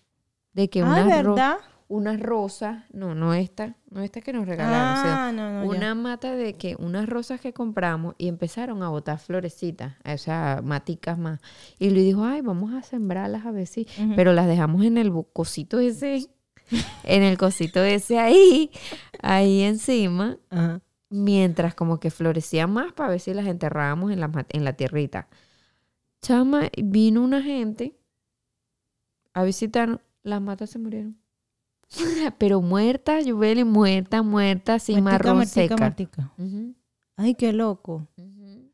Speaker 1: de que
Speaker 2: Ah,
Speaker 1: unas ro-
Speaker 2: ¿verdad?
Speaker 1: unas rosas, no, no esta, no esta que nos regalaron, sino
Speaker 2: Ah, no, no, ya.
Speaker 1: una mata de que unas rosas que compramos y empezaron a botar florecitas, o sea, maticas más. Y Luis dijo, ay, vamos a sembrarlas a ver si.
Speaker 2: Ujú.
Speaker 1: Pero las dejamos en el bu- cosito ese, en el cosito ese ahí, ahí encima,
Speaker 2: Ajá.
Speaker 1: mientras como que florecían más para ver si las enterrábamos en la, ma- en la tierrita. Chama, vino una gente a visitarnos, las matas se murieron. [LAUGHS] Pero muerta, Yubeli, muerta, muerta, sin
Speaker 2: Martica,
Speaker 1: marrón
Speaker 2: Martica,
Speaker 1: seca.
Speaker 2: Martica.
Speaker 1: Ujú,
Speaker 2: Ay, qué loco.
Speaker 1: ujú.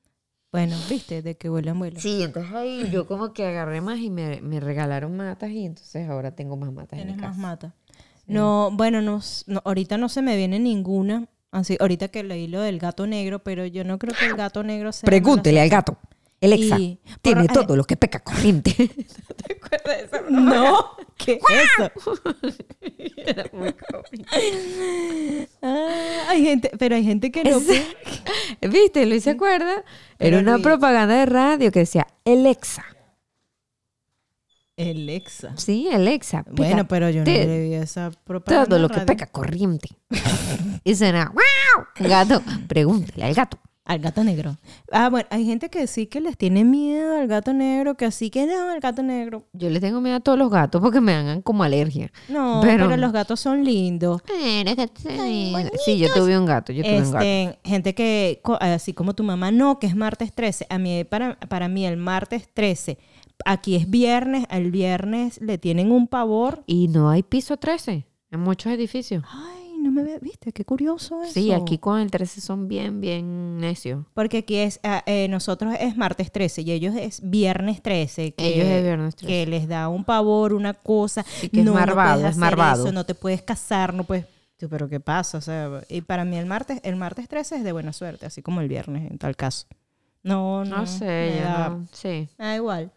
Speaker 2: Bueno, viste, de que vuelan, vuelan.
Speaker 1: Sí, entonces ahí yo como que agarré más y me, me regalaron matas y entonces ahora tengo más matas en
Speaker 2: Tienes
Speaker 1: mi
Speaker 2: más
Speaker 1: casa.
Speaker 2: mata.
Speaker 1: Sí.
Speaker 2: No, bueno, no, s- no, ahorita no se me viene ninguna. Así, ahorita que leí lo del gato negro, pero yo no creo que el gato negro sea.
Speaker 1: Pregúntele al gato. El
Speaker 2: mala- Y- por- [LAUGHS] eh,
Speaker 1: lo que peca [LAUGHS] corriente.
Speaker 2: No, [LAUGHS] ¿qué es eso? Ah, hay gente, pero hay gente que no. puede-
Speaker 1: ¿Viste? Luis se acuerda. Era
Speaker 2: Pero
Speaker 1: una
Speaker 2: Luis-
Speaker 1: propaganda de radio que decía Alexa.
Speaker 2: Alexa.
Speaker 1: Sí, Alexa. peca
Speaker 2: Bueno, pero yo no
Speaker 1: te-
Speaker 2: le vi esa propaganda.
Speaker 1: Todo lo
Speaker 2: en
Speaker 1: que
Speaker 2: radio.
Speaker 1: peca corriente. [LAUGHS] y suena, ¡wow! Gato, pregúntele al gato.
Speaker 2: Al gato negro. Ah, bueno, hay gente que sí que les tiene miedo al gato negro, que así que no, al gato negro.
Speaker 1: Yo le tengo miedo a todos los gatos porque me hagan como alergia.
Speaker 2: No,
Speaker 1: Pero-
Speaker 2: pero, los gatos son lindos.
Speaker 1: Sí, yo tuve un gato, yo tuve un gato.
Speaker 2: Este, gente que, co- así como tu mamá, no, que es martes 13. A mí, para, para mí, el martes 13. Aquí es viernes, al viernes le tienen un pavor.
Speaker 1: Y no hay piso 13 en muchos edificios.
Speaker 2: Ay, no me ve- viste, qué curioso eso.
Speaker 1: Sí, aquí con el 13 son bien, bien necios.
Speaker 2: Porque aquí es, ah, eh, nosotros es martes 13 y ellos es viernes 13. Que,
Speaker 1: Ellos es viernes 13.
Speaker 2: Que les da un pavor, una cosa.
Speaker 1: que es
Speaker 2: puedes
Speaker 1: marvado, es
Speaker 2: hacer
Speaker 1: marvado.
Speaker 2: eso, no te puedes casar, no puedes... Tú, Pero ¿qué pasa? O sea, y para mí el martes, el martes 13 es de buena suerte, así como el viernes en tal caso. No, no.
Speaker 1: No sé,
Speaker 2: me
Speaker 1: yo
Speaker 2: da-
Speaker 1: no- sí.
Speaker 2: me da igual.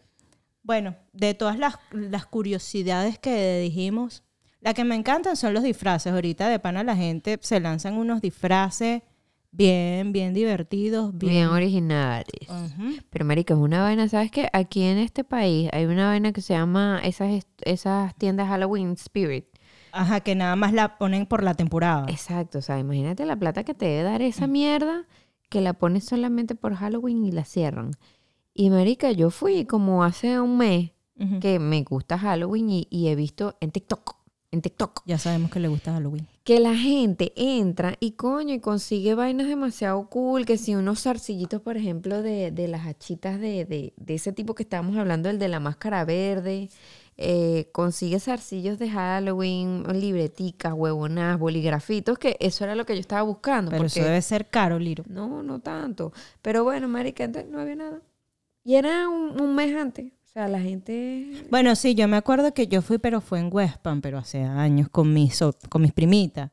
Speaker 2: Bueno, de todas las, las curiosidades que dijimos, la que me encantan son los disfraces. Ahorita de pana la gente se lanzan unos disfraces bien, bien divertidos,
Speaker 1: Bien,
Speaker 2: bien...
Speaker 1: originales.
Speaker 2: Ujú.
Speaker 1: Pero marica, es una vaina, ¿sabes qué? Aquí en este país hay una vaina que se llama esas est- esas tiendas Halloween Spirit.
Speaker 2: Ajá, que nada más la ponen por la
Speaker 1: Ah.
Speaker 2: temporada.
Speaker 1: Exacto, o sea, imagínate la plata que te debe dar esa mierda que la pones solamente por Halloween y la cierran. Y marica, yo fui como hace un mes
Speaker 2: Ujú.
Speaker 1: que me gusta Halloween y, y he visto en TikTok, en TikTok,
Speaker 2: Ya sabemos que le gusta Halloween.
Speaker 1: que la gente entra y coño y consigue vainas demasiado cool, que si unos zarcillitos, por ejemplo, de, de las hachitas de, de- de ese tipo que estábamos hablando, el de la máscara verde, eh, consigue zarcillos de Halloween, libreticas, huevonas, boligrafitos, que eso era lo que yo estaba buscando.
Speaker 2: Pero eso
Speaker 1: porque-
Speaker 2: debe ser caro, Liro.
Speaker 1: no, no tanto. Pero bueno, marica, entonces no había nada. Y era un, un mes antes. O sea, la gente...
Speaker 2: Bueno, sí, yo me acuerdo que yo fui, pero fue en West Palm, pero hace años, con mis, so- con mis primitas.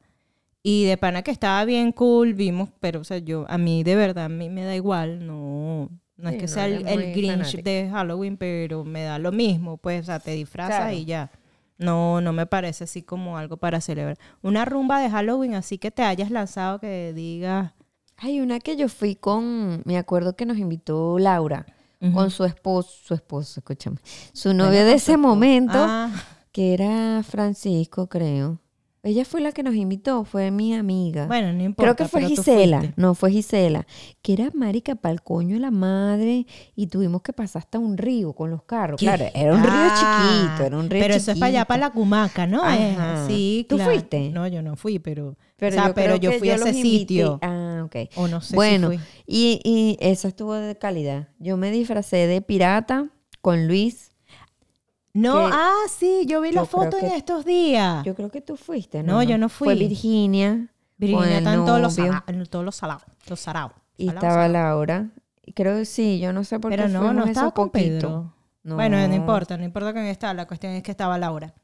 Speaker 2: Y de pana que estaba bien cool, vimos, pero, o sea, yo, a mí de verdad, a mí me da igual, no, no es
Speaker 1: Sí,
Speaker 2: que
Speaker 1: no
Speaker 2: sea el,
Speaker 1: eres
Speaker 2: el
Speaker 1: muy
Speaker 2: Grinch
Speaker 1: fanática.
Speaker 2: de Halloween, pero me da lo mismo, pues, o sea, te disfrazas
Speaker 1: Claro.
Speaker 2: y ya. No, no me parece así como algo para celebrar. Una rumba de Halloween, así que te hayas lanzado que digas,
Speaker 1: Hay una que yo fui con, me acuerdo que nos invitó Laura,
Speaker 2: Ujú.
Speaker 1: con su esposo, su esposo, escúchame, su novio de ese momento,
Speaker 2: ah,
Speaker 1: que era Francisco, creo. Ella fue la que nos invitó, fue mi amiga.
Speaker 2: Bueno, no importa.
Speaker 1: Creo que fue
Speaker 2: pero tú
Speaker 1: Gisela,
Speaker 2: fuiste.
Speaker 1: no fue Gisela, que era marica pa'l coño de la madre y tuvimos que pasar hasta un río con los carros.
Speaker 2: ¿Qué?
Speaker 1: Claro, era un
Speaker 2: Ah,
Speaker 1: río chiquito, era un río
Speaker 2: Pero eso es para allá,
Speaker 1: chiquito.
Speaker 2: para la Cumaca, ¿no?
Speaker 1: Ajá.
Speaker 2: Eh, Sí,
Speaker 1: ¿Tú
Speaker 2: claro.
Speaker 1: fuiste?
Speaker 2: No, yo no fui, pero...
Speaker 1: Pero
Speaker 2: o sea,
Speaker 1: yo
Speaker 2: pero
Speaker 1: creo
Speaker 2: yo
Speaker 1: que
Speaker 2: fui a
Speaker 1: los
Speaker 2: ese
Speaker 1: invité.
Speaker 2: sitio.
Speaker 1: Ah, ok.
Speaker 2: O no sé
Speaker 1: bueno,
Speaker 2: si fui.
Speaker 1: y, y eso estuvo de calidad. Yo me disfracé de pirata con Luis.
Speaker 2: No,
Speaker 1: que-
Speaker 2: ah, sí, yo vi
Speaker 1: yo
Speaker 2: la foto
Speaker 1: creo
Speaker 2: en
Speaker 1: que-
Speaker 2: estos días.
Speaker 1: Yo creo que tú fuiste, ¿no?
Speaker 2: Ah. No, yo no
Speaker 1: Fue
Speaker 2: fui.
Speaker 1: Virginia. con
Speaker 2: Virginia
Speaker 1: el
Speaker 2: está en todos los
Speaker 1: novio.
Speaker 2: sala- en todos los salados. Los saraos.
Speaker 1: Y
Speaker 2: Salaos,
Speaker 1: estaba
Speaker 2: salaos.
Speaker 1: Laura. Y Creo que sí, yo no sé por
Speaker 2: Pero
Speaker 1: qué
Speaker 2: no,
Speaker 1: fuimos
Speaker 2: no
Speaker 1: esos
Speaker 2: estaba con
Speaker 1: poquitos.
Speaker 2: Pedro.
Speaker 1: No.
Speaker 2: Bueno, no importa, no importa quién estaba. La cuestión es que estaba Laura.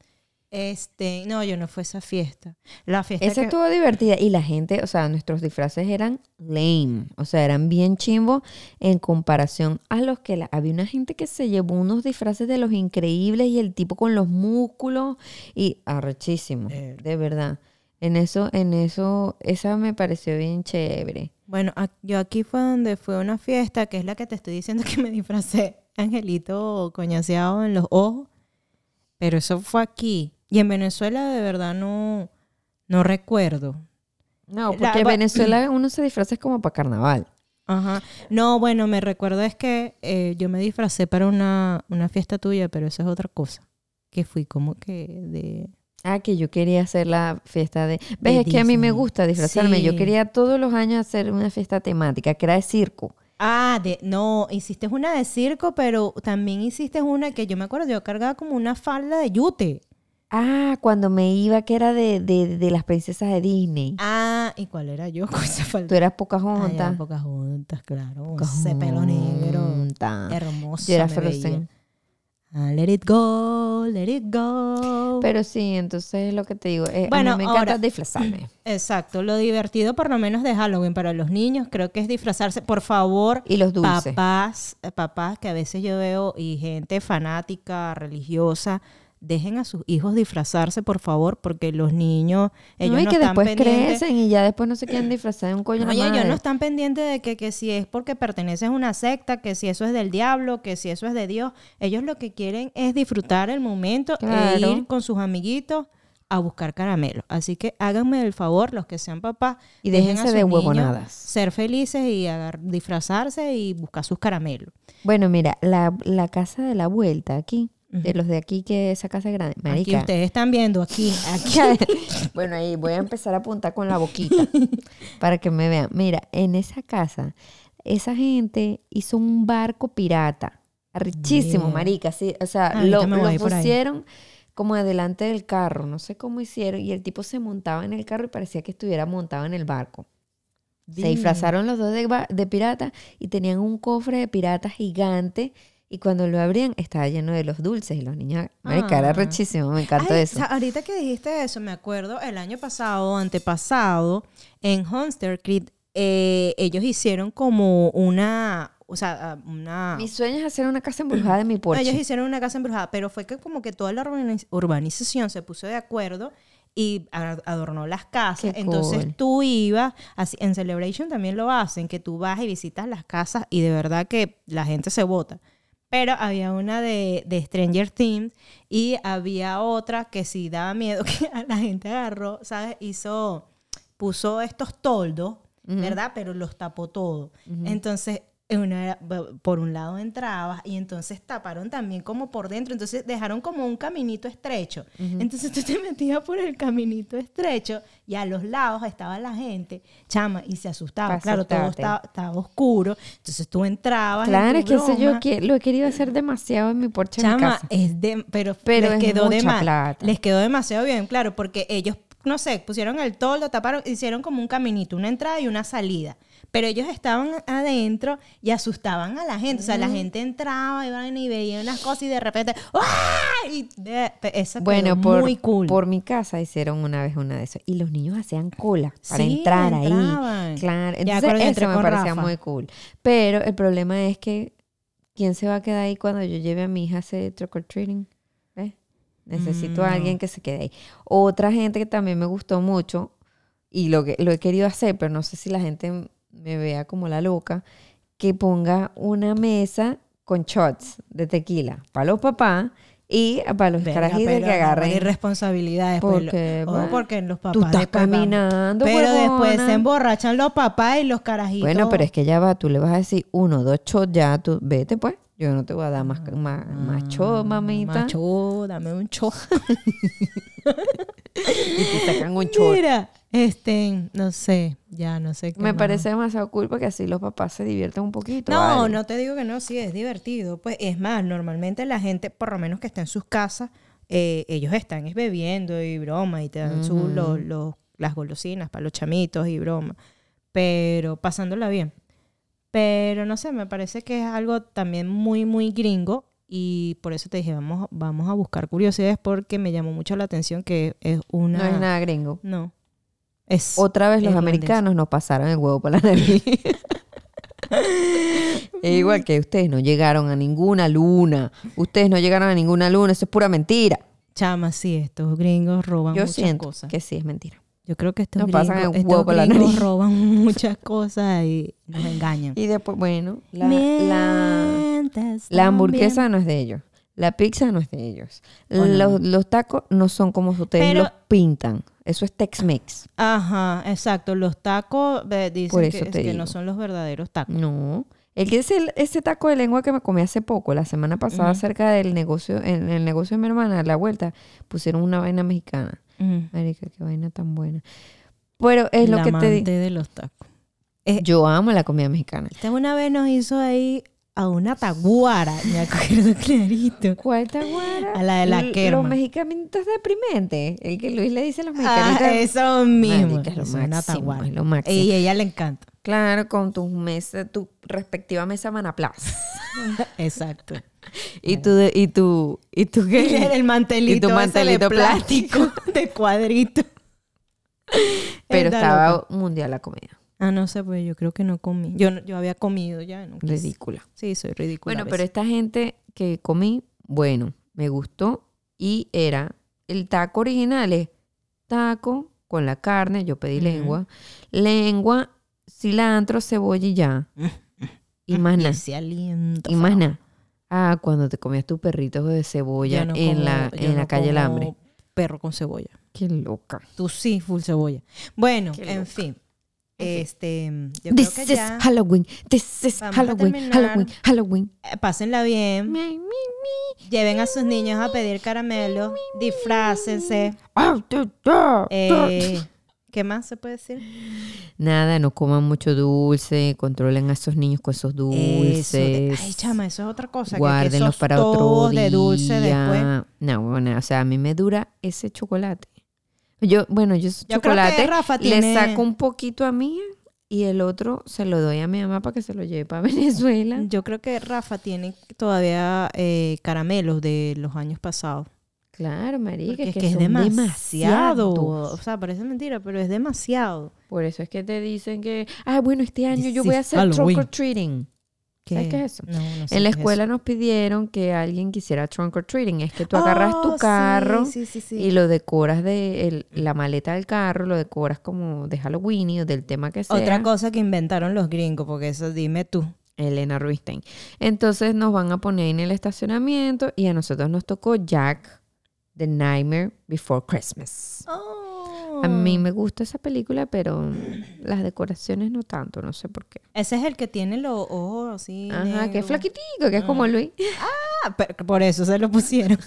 Speaker 2: Este, no, yo no fue a esa fiesta. La fiesta
Speaker 1: Esa
Speaker 2: este que...
Speaker 1: estuvo divertida y la gente, o sea, nuestros disfraces eran lame, o sea, eran bien chimbos en comparación a los que la- había una gente que se llevó unos disfraces de los increíbles y el tipo con los músculos y arrechísimo,
Speaker 2: Eh.
Speaker 1: de verdad. En eso, en eso, esa me pareció bien chévere.
Speaker 2: Bueno, a- yo aquí fue donde fue una fiesta, que es la que te estoy diciendo [LAUGHS] que me disfracé angelito coñaseado en los ojos. Pero eso fue aquí. Y en Venezuela de verdad no, no recuerdo.
Speaker 1: No,
Speaker 2: La-
Speaker 1: porque en
Speaker 2: va-
Speaker 1: Venezuela uno se disfraza es como para carnaval.
Speaker 2: Ajá. No, bueno, me recuerdo es que eh, yo me disfracé para una, una fiesta tuya, pero eso es otra cosa. Que fui como que de...
Speaker 1: Ah, que yo quería hacer la fiesta de... ¿Ves? es que a mí me
Speaker 2: Disney.
Speaker 1: gusta disfrazarme. Yo
Speaker 2: Sí.
Speaker 1: quería todos los años hacer una fiesta temática, que era de circo.
Speaker 2: Ah, de, no, hiciste una de circo, pero también hiciste una que yo me acuerdo, yo cargaba como una falda de yute.
Speaker 1: Ah, cuando me iba, que era de, de, de las princesas de Disney.
Speaker 2: Ah, ¿y cuál era yo con esa falda?
Speaker 1: Tú eras
Speaker 2: Ah, ya,
Speaker 1: Pocahontas.
Speaker 2: Pocahontas, claro. Ese pelo negro.
Speaker 1: Pocahontas.
Speaker 2: Hermoso.
Speaker 1: Mm. Yo era
Speaker 2: me veía.
Speaker 1: Frozen.
Speaker 2: Ah, let it go, let it go.
Speaker 1: Pero sí, entonces lo que te digo, eh,
Speaker 2: Bueno,
Speaker 1: a mí me encanta
Speaker 2: ahora-
Speaker 1: disfrazarme.
Speaker 2: Exacto, lo divertido por lo menos de Halloween para los niños creo que es disfrazarse. Por favor,
Speaker 1: Y los dulces.
Speaker 2: papás, eh, papás que a veces yo veo y gente fanática, religiosa, dejen a sus hijos disfrazarse, por favor, porque los niños,
Speaker 1: No,
Speaker 2: ellos no,
Speaker 1: y que
Speaker 2: están
Speaker 1: después
Speaker 2: pendientes.
Speaker 1: crecen y ya después no se quieren disfrazar de un coño. a la
Speaker 2: Oye, ellos
Speaker 1: madre.
Speaker 2: no están pendientes de que, que si es porque perteneces a una secta, que si eso es del diablo, que si eso es de Dios. Ellos lo que quieren es disfrutar el momento
Speaker 1: Claro.
Speaker 2: e ir con sus amiguitos a buscar caramelos. Así que háganme el favor, los que sean papás,
Speaker 1: Y
Speaker 2: dejen a
Speaker 1: déjense de
Speaker 2: sus niños
Speaker 1: huevonadas.
Speaker 2: ser felices y agar- disfrazarse y buscar sus caramelos.
Speaker 1: Bueno, mira, la, la casa de la vuelta aquí, de los de aquí, que esa casa es grande.
Speaker 2: Aquí
Speaker 1: Marica.
Speaker 2: ustedes están viendo, aquí,
Speaker 1: [LAUGHS]
Speaker 2: aquí.
Speaker 1: bueno, ahí voy a empezar a apuntar con la boquita para que me vean. Mira, en esa casa, esa gente hizo un barco pirata. Richísimo,
Speaker 2: Mira.
Speaker 1: marica. Sí, o sea,
Speaker 2: Ahorita
Speaker 1: lo,
Speaker 2: me
Speaker 1: lo
Speaker 2: voy por ahí.
Speaker 1: pusieron como adelante del carro. No sé cómo hicieron. Y el tipo se montaba en el carro y parecía que estuviera montado en el barco. Se
Speaker 2: Dime.
Speaker 1: disfrazaron los dos de, ba- de pirata y tenían un cofre de pirata gigante. Y cuando lo abrían, estaba lleno de los dulces. Y los niños, marica, era
Speaker 2: Ah.
Speaker 1: rechísimo. Me encantó
Speaker 2: Ay,
Speaker 1: eso.
Speaker 2: o sea, ahorita que dijiste eso, me acuerdo el año pasado, antepasado, en Hunter Creek, eh, ellos hicieron como una, o sea, ah, una...
Speaker 1: Mi sueño es hacer una casa embrujada en mi porche.
Speaker 2: Ellos hicieron una casa embrujada, pero fue que como que toda la urbaniz- urbanización se puso de acuerdo y a- adornó las casas.
Speaker 1: Qué
Speaker 2: Entonces
Speaker 1: cool.
Speaker 2: tú ibas, así, en Celebration también lo hacen, que tú vas y visitas las casas y de verdad que la gente se vota. Pero había una de, de Stranger Things y había otra que sí daba miedo, [LAUGHS] que a la gente agarró, ¿sabes? Hizo, puso estos toldos, ¿verdad? Pero los tapó todo. Entonces, en una era- b- por un lado entrabas y entonces taparon también como por dentro, entonces dejaron como un caminito estrecho. Entonces tú te metías por el caminito estrecho y a los lados estaba la gente, chama, y se asustaba.
Speaker 1: Pa'
Speaker 2: Claro, todo
Speaker 1: asustarte.
Speaker 2: estaba, estaba oscuro, entonces tú entrabas. en
Speaker 1: Claro,
Speaker 2: tu
Speaker 1: es que eso yo
Speaker 2: broma.
Speaker 1: que- lo he querido hacer demasiado en mi porche de mi
Speaker 2: Chama, eh,
Speaker 1: casa.
Speaker 2: es de, pero,
Speaker 1: Pero
Speaker 2: les
Speaker 1: es
Speaker 2: quedó de
Speaker 1: mucha
Speaker 2: ma-
Speaker 1: plata.
Speaker 2: Les quedó demasiado bien, claro, porque ellos, no sé, pusieron el toldo, taparon, hicieron como un caminito, una entrada y una salida. Pero ellos estaban adentro y asustaban a la gente. O sea, la gente entraba, iban y veían unas cosas y de repente, ¡ah! Y de- pe- eso
Speaker 1: Bueno,
Speaker 2: quedó
Speaker 1: por,
Speaker 2: muy cool.
Speaker 1: por mi casa hicieron una vez una de esas. Y los niños hacían cola para
Speaker 2: Sí,
Speaker 1: entrar
Speaker 2: entraban.
Speaker 1: ahí. Claro,
Speaker 2: Ya
Speaker 1: entonces
Speaker 2: acuerdo que entré
Speaker 1: eso me
Speaker 2: con
Speaker 1: parecía
Speaker 2: Rafa.
Speaker 1: muy cool. Pero el problema es que, ¿quién se va a quedar ahí cuando yo lleve a mi hija a hacer trick or treating? ¿Ves? Necesito a
Speaker 2: Mm.
Speaker 1: alguien que se quede ahí. Otra gente que también me gustó mucho y lo, que, lo he querido hacer, pero no sé si la gente me vea como la loca, que ponga una mesa con shots de tequila para los papás Y para los
Speaker 2: Venga,
Speaker 1: carajitos
Speaker 2: pero
Speaker 1: que agarren.
Speaker 2: No, irresponsabilidades. pues, lo-
Speaker 1: Porque,
Speaker 2: oh,
Speaker 1: bueno,
Speaker 2: porque los papás.
Speaker 1: tú estás
Speaker 2: después van-
Speaker 1: caminando,
Speaker 2: Pero después
Speaker 1: huevona.
Speaker 2: se emborrachan los papás y los carajitos.
Speaker 1: Bueno, pero es que ya va, tú le vas a decir uno, dos shots ya, tú vete pues. Yo no te voy a dar
Speaker 2: Ah.
Speaker 1: más, más, más shots, mamita.
Speaker 2: Macho, dame un [LAUGHS] cho.
Speaker 1: Y te sacan [LAUGHS] un shot.
Speaker 2: Mira, este, no sé, ya no sé qué.
Speaker 1: Me
Speaker 2: más.
Speaker 1: parece demasiado cool porque así los papás se divierten un poquito.
Speaker 2: No,
Speaker 1: vale.
Speaker 2: no te digo que no, sí, es divertido. Pues es más, normalmente la gente, por lo menos que está en sus casas, eh, ellos están es bebiendo y broma y te dan su- los- los- las golosinas para los chamitos y broma. Pero pasándola bien. Pero no sé, me parece que es algo también muy, muy gringo. Y por eso te dije, vamos, vamos a buscar curiosidades porque me llamó mucho la atención que es una...
Speaker 1: No es nada gringo.
Speaker 2: No. Es...
Speaker 1: Otra vez los
Speaker 2: Irlandés.
Speaker 1: americanos nos pasaron el huevo por la
Speaker 2: [LAUGHS]
Speaker 1: nariz. Es igual que ustedes no llegaron a ninguna luna. Ustedes no llegaron a ninguna luna. Eso es pura mentira.
Speaker 2: Chama, sí, estos gringos roban
Speaker 1: Yo
Speaker 2: muchas
Speaker 1: siento
Speaker 2: cosas.
Speaker 1: que sí es mentira.
Speaker 2: Yo creo que estos
Speaker 1: Nos
Speaker 2: gringos,
Speaker 1: pasan el
Speaker 2: estos
Speaker 1: huevo por la
Speaker 2: gringos
Speaker 1: nariz.
Speaker 2: roban muchas cosas y nos engañan.
Speaker 1: Y después, bueno, [LAUGHS] la, la,
Speaker 2: Mientes
Speaker 1: la
Speaker 2: también.
Speaker 1: hamburguesa no es de ellos. La pizza no es de ellos.
Speaker 2: no?
Speaker 1: Los, los tacos no son como ustedes
Speaker 2: Pero-
Speaker 1: los pintan. Eso es Tex-Mex.
Speaker 2: Ajá, exacto. Los tacos eh, dicen
Speaker 1: Por eso
Speaker 2: que,
Speaker 1: te
Speaker 2: es que no
Speaker 1: digo.
Speaker 2: son los verdaderos tacos.
Speaker 1: No. El que es el, ese taco de lengua que me comí hace poco, la semana pasada, cerca del negocio, en el negocio de mi hermana, a la vuelta, pusieron una vaina mexicana. Marica, qué vaina tan buena. Pero es lo
Speaker 2: La
Speaker 1: que te
Speaker 2: amante
Speaker 1: digo.
Speaker 2: de los tacos.
Speaker 1: Yo amo la comida mexicana.
Speaker 2: Esta una vez nos hizo ahí a una taguara, [LAUGHS] me acuerdo clarito.
Speaker 1: ¿Cuál taguara?
Speaker 2: A la de la
Speaker 1: L-
Speaker 2: querma.
Speaker 1: Los mexicanitos deprimentes. El que Luis le dice a los mexicanitos.
Speaker 2: Ah, eso mismo.
Speaker 1: Marica, es lo
Speaker 2: Hizo una
Speaker 1: máximo,
Speaker 2: taguara.
Speaker 1: es lo máximo.
Speaker 2: Y a ella le encanta.
Speaker 1: Claro, con tus mesas, tu respectiva mesa Manaplas.
Speaker 2: Exacto.
Speaker 1: [LAUGHS] y tu, de- y tu, [LAUGHS] y tu
Speaker 2: [LAUGHS] Y
Speaker 1: qué?
Speaker 2: el mantelito,
Speaker 1: Y tu
Speaker 2: ese de
Speaker 1: mantelito
Speaker 2: plástico de cuadrito.
Speaker 1: [LAUGHS] Pero
Speaker 2: Está
Speaker 1: estaba
Speaker 2: loca.
Speaker 1: mundial la comida.
Speaker 2: Ah, no sé, pues yo creo que no comí. Yo, no- yo había comido ya. no quise.
Speaker 1: Ridícula.
Speaker 2: Sí, soy ridícula.
Speaker 1: Bueno,
Speaker 2: a
Speaker 1: pero
Speaker 2: veces.
Speaker 1: esta gente que comí, bueno, me gustó y era el taco original es taco con la carne, yo pedí
Speaker 2: Ujú.
Speaker 1: lengua, lengua, cilantro, cebolla y [LAUGHS] ya. Y más
Speaker 2: Y
Speaker 1: nada,
Speaker 2: ese aliento.
Speaker 1: y más
Speaker 2: feo.
Speaker 1: nada. Ah, cuando te comías tu perrito de cebolla
Speaker 2: Yo no
Speaker 1: en
Speaker 2: como-
Speaker 1: la,
Speaker 2: yo
Speaker 1: en la
Speaker 2: no
Speaker 1: calle El
Speaker 2: como
Speaker 1: Hambre.
Speaker 2: Perro con cebolla.
Speaker 1: Qué loca.
Speaker 2: Tú sí, full cebolla. Bueno,
Speaker 1: Qué
Speaker 2: en
Speaker 1: loca.
Speaker 2: fin.
Speaker 1: En fin.
Speaker 2: Este, yo
Speaker 1: This
Speaker 2: creo
Speaker 1: is
Speaker 2: que ya.
Speaker 1: Halloween, this is
Speaker 2: Vamos a
Speaker 1: Halloween,
Speaker 2: terminar.
Speaker 1: Halloween, Halloween.
Speaker 2: Eh, Pásenla bien.
Speaker 1: Mi, mi, mi.
Speaker 2: Lleven a sus niños a pedir caramelo. Disfrácense.
Speaker 1: Ah, tu, tu,
Speaker 2: Eh, ¿Qué más se puede decir?
Speaker 1: Nada, no coman mucho dulce, controlen a esos niños con esos dulces.
Speaker 2: Eso, eh, ay, chama, eso es otra cosa. que- que
Speaker 1: guárdenlos
Speaker 2: esos
Speaker 1: para otro
Speaker 2: tos
Speaker 1: día.
Speaker 2: de dulce después.
Speaker 1: No, bueno, o sea, a mí me dura ese chocolate. Yo, bueno, yo ese
Speaker 2: Yo creo que
Speaker 1: chocolate
Speaker 2: Rafa
Speaker 1: le
Speaker 2: tiene-
Speaker 1: saco un poquito a mí y el otro se lo doy a mi mamá para que se lo lleve para [LAUGHS] Venezuela.
Speaker 2: Yo creo que Rafa tiene todavía eh, caramelos de los años pasados.
Speaker 1: Claro, marica, es
Speaker 2: Porque es
Speaker 1: que,
Speaker 2: que es
Speaker 1: son
Speaker 2: demasiado. O
Speaker 1: demasiados.
Speaker 2: sea, parece mentira, pero es demasiado.
Speaker 1: Por eso es que te dicen que, ah, bueno, este año
Speaker 2: This
Speaker 1: yo voy a
Speaker 2: is
Speaker 1: hacer trick
Speaker 2: Halloween.
Speaker 1: or treating. ¿Sabes qué es eso?
Speaker 2: No, no sé
Speaker 1: En la
Speaker 2: qué es
Speaker 1: escuela
Speaker 2: eso.
Speaker 1: nos pidieron que alguien quisiera trunk or treating. Es que tú
Speaker 2: Oh,
Speaker 1: agarras tu
Speaker 2: sí,
Speaker 1: carro
Speaker 2: sí, sí, sí.
Speaker 1: y lo decoras de el- la maleta del carro, lo decoras como de Halloween o del tema que sea.
Speaker 2: Otra cosa que inventaron los gringos, porque eso dime tú.
Speaker 1: Elena Ruistein. Entonces nos van a poner en el estacionamiento y a nosotros nos tocó Jack, The Nightmare Before Christmas. A
Speaker 2: Oh.
Speaker 1: mí me gusta esa película, pero las decoraciones no tanto, no sé por qué.
Speaker 2: Ese es el que tiene los ojos así.
Speaker 1: Ajá, que es
Speaker 2: negros.
Speaker 1: flaquitico, que es como
Speaker 2: [LAUGHS]
Speaker 1: Luis.
Speaker 2: Ah, pero por eso se lo pusieron.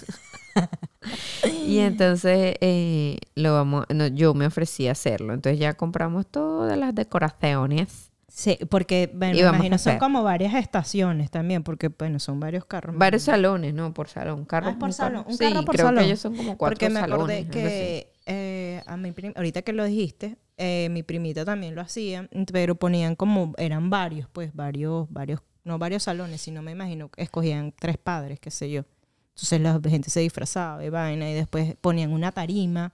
Speaker 1: Y entonces eh, lo vamos, no, yo me ofrecí a hacerlo. Entonces ya compramos todas las decoraciones,
Speaker 2: Sí, porque bueno,
Speaker 1: Y
Speaker 2: me
Speaker 1: vamos a
Speaker 2: imagino son
Speaker 1: hacer.
Speaker 2: como varias estaciones también, porque bueno, son varios carros.
Speaker 1: varios salones, no por salón, carros
Speaker 2: Ah, por
Speaker 1: un
Speaker 2: salón, un
Speaker 1: sí,
Speaker 2: carro por
Speaker 1: creo
Speaker 2: salón.
Speaker 1: que ellos son como cuatro
Speaker 2: Porque me
Speaker 1: salones.
Speaker 2: acordé
Speaker 1: algo así.
Speaker 2: que eh, a mi prim- ahorita que lo dijiste, eh, mi primita también lo hacía, pero ponían como eran varios, pues varios, varios, no varios salones, sino me imagino que escogían tres padres, qué sé yo. Entonces la gente se disfrazaba y vaina y después ponían una tarima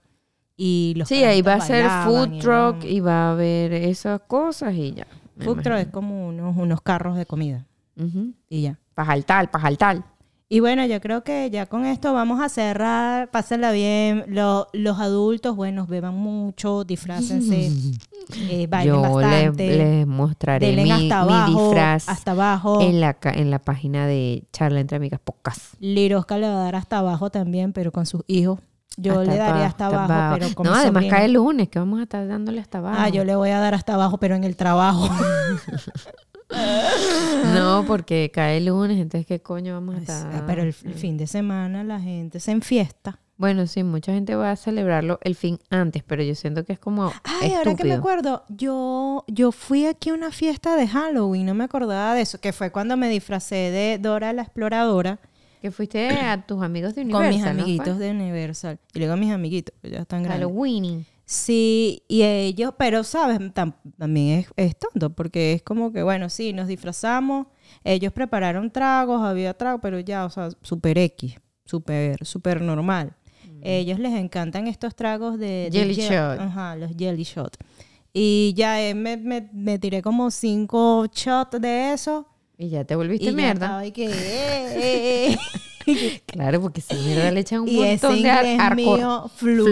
Speaker 2: y los
Speaker 1: Sí, ahí va a
Speaker 2: carajitos
Speaker 1: ser
Speaker 2: bailaban
Speaker 1: food
Speaker 2: y
Speaker 1: truck
Speaker 2: no-
Speaker 1: y va a haber esas cosas y ya. me
Speaker 2: Food truck es
Speaker 1: imagino.
Speaker 2: como unos, unos carros de comida
Speaker 1: Ujú.
Speaker 2: y ya.
Speaker 1: Pajaltal, pajaltal.
Speaker 2: Y bueno, yo creo que ya con esto vamos
Speaker 1: [LAUGHS]
Speaker 2: a cerrar. Pásenla bien. Lo- los adultos, buenos beban mucho, disfrácense. Eh, bailen
Speaker 1: Yo le-
Speaker 2: bastante.
Speaker 1: les, mostraré mi,
Speaker 2: Denle hasta
Speaker 1: mi
Speaker 2: abajo,
Speaker 1: disfraz
Speaker 2: Hasta abajo.
Speaker 1: en la, ca- en la página de Charla entre Amigas Pocas.
Speaker 2: Lirosca le va a dar hasta abajo también, pero con sus hijos. Yo le daré hasta abajo, pero con
Speaker 1: No,
Speaker 2: mis
Speaker 1: además
Speaker 2: sobrinos.
Speaker 1: cae el lunes, que vamos a estar dándole hasta abajo.
Speaker 2: Ah, yo le voy a dar hasta abajo, pero en el trabajo.
Speaker 1: [LAUGHS] No, porque cae el lunes, entonces qué coño vamos a
Speaker 2: Ah,
Speaker 1: estar.
Speaker 2: [LAUGHS] pero el, el fin de semana la gente se enfiesta.
Speaker 1: Bueno, sí, mucha gente va a celebrarlo el fin antes, pero yo siento que es como
Speaker 2: Ay,
Speaker 1: estúpido.
Speaker 2: ahora que me acuerdo, yo, yo fui aquí a una fiesta de Halloween, no me acordaba de eso, que fue cuando me disfracé de Dora la Exploradora
Speaker 1: Que fuiste a tus amigos de
Speaker 2: con
Speaker 1: Universal,
Speaker 2: mis
Speaker 1: ¿no fue?
Speaker 2: amiguitos de Universal. Y luego mis amiguitos, que ya están grandes.
Speaker 1: Halloween.
Speaker 2: Sí, y ellos, pero sabes, Tam- también es, es tonto, porque es como que, bueno, sí, nos disfrazamos, ellos prepararon tragos, había tragos, pero ya, o sea, super X, super, super normal. Ellos les encantan estos tragos de... de
Speaker 1: Mm. Jelly
Speaker 2: ye-
Speaker 1: shot.
Speaker 2: Ajá, los jelly shot. Y ya eh, me, me- me tiré como cinco shots de eso.
Speaker 1: Y ya te volviste
Speaker 2: y ya
Speaker 1: mierda. [LAUGHS]
Speaker 2: estaba ahí que, eh, eh, eh.
Speaker 1: Claro, porque si mierda le echan un
Speaker 2: y ese
Speaker 1: montón de ar-
Speaker 2: inglés
Speaker 1: arco.
Speaker 2: mío fluyó.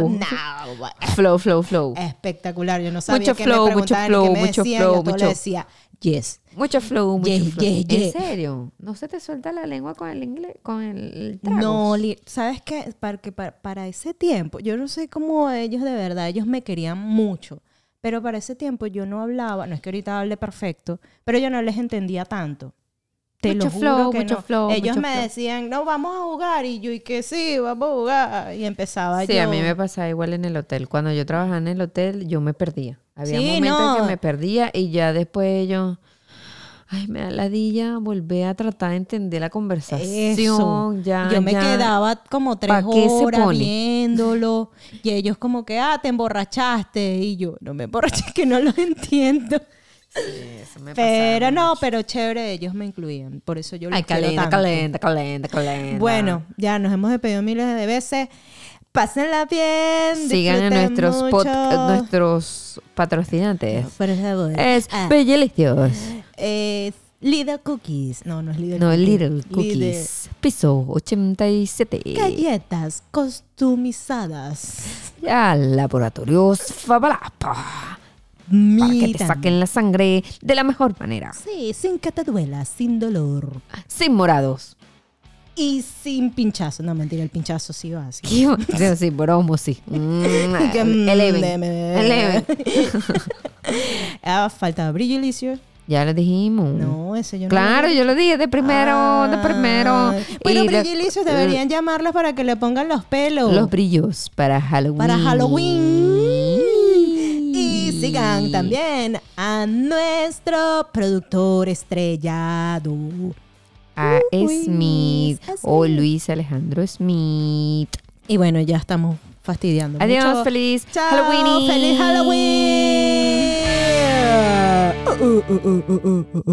Speaker 1: [LAUGHS]
Speaker 2: Eh,
Speaker 1: fluyó.
Speaker 2: No, bueno.
Speaker 1: Flow, flow, flow.
Speaker 2: espectacular. Yo no sabía
Speaker 1: Mucho
Speaker 2: qué
Speaker 1: flow,
Speaker 2: me
Speaker 1: mucho
Speaker 2: preguntaban
Speaker 1: flow,
Speaker 2: ni qué me
Speaker 1: mucho
Speaker 2: decían.
Speaker 1: flow,
Speaker 2: yo todo
Speaker 1: mucho-
Speaker 2: le decía, yes.
Speaker 1: Mucho flow, mucho
Speaker 2: Yeah,
Speaker 1: flow.
Speaker 2: yeah, yeah.
Speaker 1: ¿En serio? ¿No se te suelta la lengua con el inglés, con el trago?
Speaker 2: No, Li- ¿sabes qué? Para, que para, para ese tiempo, yo no sé cómo ellos de verdad, ellos me querían mucho. Pero para ese tiempo yo no hablaba, no es que ahorita hable perfecto, pero yo no les entendía tanto. Te lo
Speaker 1: Mucho
Speaker 2: juro
Speaker 1: flow,
Speaker 2: que
Speaker 1: mucho
Speaker 2: no.
Speaker 1: flow,
Speaker 2: Ellos
Speaker 1: mucho
Speaker 2: me
Speaker 1: flow.
Speaker 2: decían, no, vamos a jugar. Y yo, y que sí, vamos a jugar. Y empezaba
Speaker 1: Sí,
Speaker 2: yo.
Speaker 1: a mí me pasaba igual en el hotel. Cuando yo trabajaba en el hotel, yo me perdía. Había
Speaker 2: Sí,
Speaker 1: momentos en
Speaker 2: no.
Speaker 1: que me perdía y ya después yo... Ay, me da ladilla volver a tratar de entender la conversación.
Speaker 2: Eso.
Speaker 1: Ya,
Speaker 2: yo me
Speaker 1: ya.
Speaker 2: quedaba como tres
Speaker 1: ¿Pa' qué se
Speaker 2: horas
Speaker 1: pone?
Speaker 2: viéndolo y ellos como que, ah, te emborrachaste y yo, no me emborraché, [LAUGHS] que no lo entiendo.
Speaker 1: Eso me
Speaker 2: Pero no, pero chévere, ellos me incluían, por eso yo los
Speaker 1: Ay,
Speaker 2: quiero
Speaker 1: calenta,
Speaker 2: tanto.
Speaker 1: calenta, calenta, calenta.
Speaker 2: Bueno, ya nos hemos despedido miles de veces. Pásenla bien.
Speaker 1: sigan a
Speaker 2: disfruten
Speaker 1: nuestros,
Speaker 2: mucho.
Speaker 1: podca- nuestros patrocinantes.
Speaker 2: Por favor.
Speaker 1: Es
Speaker 2: Ah,
Speaker 1: Bellelicios.
Speaker 2: es Lido Cookies. No, no es Lido
Speaker 1: No,
Speaker 2: Cookies.
Speaker 1: Little
Speaker 2: Lido-
Speaker 1: Cookies. Piso 87.
Speaker 2: Galletas customizadas.
Speaker 1: Ya, Laboratorios Fabalapa. Para que te
Speaker 2: Mira.
Speaker 1: saquen la sangre de la mejor manera.
Speaker 2: Sí, sin cataduelas, sin dolor.
Speaker 1: Sin morados. [LAUGHS]
Speaker 2: Y sin pinchazo. No, mentira, el pinchazo sí va así.
Speaker 1: ¿Qué? Sí, sí, bromo, [LAUGHS] sí. Mm,
Speaker 2: Que, mm,
Speaker 1: Eleven.
Speaker 2: deme.
Speaker 1: [LAUGHS] Eleven.
Speaker 2: [LAUGHS] Ah, falta brillo licio.
Speaker 1: Ya lo dijimos.
Speaker 2: No, ese yo no. Ah.
Speaker 1: Claro, yo lo dije de primero, de primero.
Speaker 2: Bueno,
Speaker 1: Y de-
Speaker 2: brillo licio deberían llamarlas para que le pongan los pelos.
Speaker 1: Los brillos para Halloween.
Speaker 2: para Halloween.
Speaker 1: Mm.
Speaker 2: Y sigan también a nuestro productor estrellado.
Speaker 1: A
Speaker 2: Luis,
Speaker 1: Smith
Speaker 2: a
Speaker 1: o
Speaker 2: Smith.
Speaker 1: Luis Alejandro Smith.
Speaker 2: Y bueno, ya estamos fastidiando.
Speaker 1: Adiós,
Speaker 2: mucho.
Speaker 1: feliz
Speaker 2: Chao,
Speaker 1: Halloween.
Speaker 2: feliz Halloween. Uh, uh, uh, uh, uh, uh, uh.